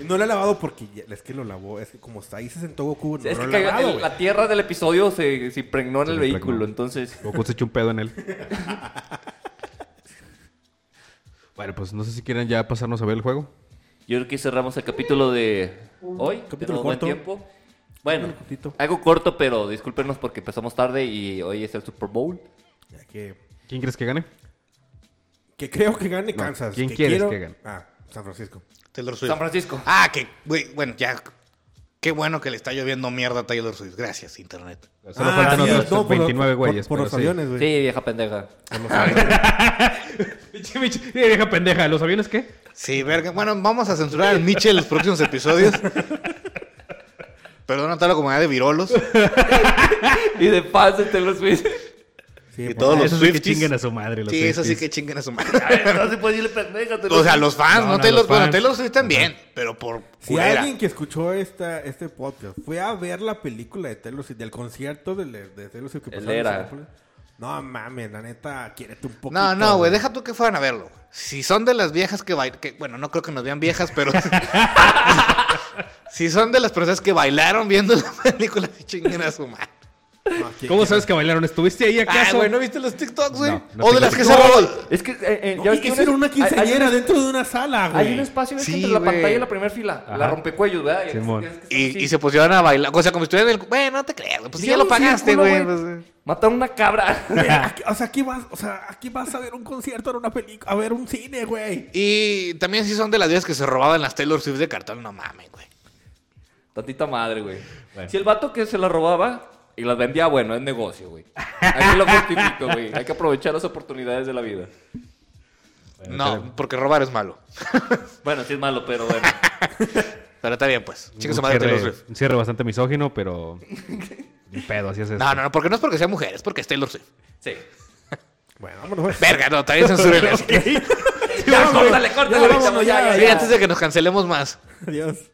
No lo he lavado porque ya- es que lo lavó. Es que como está ahí se sentó Goku, no Es lo he que cayó- lavado, el- güey. la tierra del episodio se, se impregnó en Se el impregnó. vehículo, entonces. Goku se echó un pedo en él. bueno, pues no sé si quieren ya pasarnos a ver el juego. Yo creo que cerramos el capítulo de hoy. Capítulo Tenemos buen corto. tiempo. Bueno, Capítulo cortito. algo corto, pero discúlpenos porque empezamos tarde y hoy es el Super Bowl. Ya que, ¿Quién crees que gane? que creo que gane No, Kansas. ¿quién que quieres quiero- que gane? Ah, San Francisco. Taylor Swift. San Francisco. Ah, que, güey, bueno, ya. Qué bueno que le está lloviendo mierda a Taylor Swift. Gracias, Internet. Solo Ah, faltan sí, otros no, por los- 29 por- güeyes. Por, pero los sí. aviones, Sí, güey. vieja pendeja. Pinche, pinche, eh, vieja pendeja, ¿los aviones qué? Sí, verga. Bueno, vamos a censurar a Nietzsche en los próximos episodios. Perdona a toda la comunidad de virolos y de fans de Taylor Swift. Sí, y por- todos los Eso Ah, sí que Swifties. chinguen a su madre. Los Sí, eso sí Swifties. que chinguen a su madre. no se puede decirle pendeja. Taylor O sea, Swift. los fans, No, no, no, Taylor, los bueno, fans. Taylor Swift también, pero por Si culera. alguien que escuchó esta, este podcast fue a ver la película de Taylor Swift, del concierto de, de Taylor Swift que El pasaba en era. Cinépolis, No mames, la neta, quiérete un poquito. No, no, güey, deja tú que fueran a verlo. Si son de las viejas que bailan, que, bueno, no creo que nos vean viejas, pero si son de las personas que bailaron viendo la película, chinguen a su madre. No, aquí- ¿Cómo sabes que bailaron? ¿Estuviste ahí Ah, acaso? güey, ¿no viste los TikToks, güey? No, no o tengo de las que se No, roban. Es que, eh, eh, No, ya y ves que que hicieron una quinceañera hay- hay- dentro de una sala, güey. Hay un espacio ves que Sí, entre la güey. pantalla y la primera fila. La Ajá. rompecuellos, ¿verdad? Simón. Es- es- Y, sí. y se pusieron a bailar. O sea, como si estuvieran en el. Bueno, no te creas, güey, pues si ya Hicieron lo un pagaste, círculo, güey. pues, eh. Mataron una cabra. Güey, Eh, aquí- o sea, aquí vas, o sea, aquí vas a ver un concierto, a ver una película, a ver un cine, güey. Y también si son de las viejas que se robaban las Taylor Swift de cartón, no mames, güey. Tantita madre, güey. Si el vato que se la robaba y las vendía, bueno, es negocio, güey. Aquí lo justifico, güey. Hay que aprovechar las oportunidades de la vida. No, porque robar es malo. Bueno, sí es malo, pero bueno. Pero está bien, pues. Chicos, Un su madre Taylor cierre- Swift. Un cierre bastante misógino, pero. Ni pedo, así es eso. No, no, no, porque no es porque sea mujer, es porque es Taylor Swift. Sí. Bueno, vámonos, güey. Verga, no, también censuren eso. Ya, córtale, Ya, córtale, vámonos, chavo, ya, ya, ya, Sí, ya. antes de que nos cancelemos más. Adiós.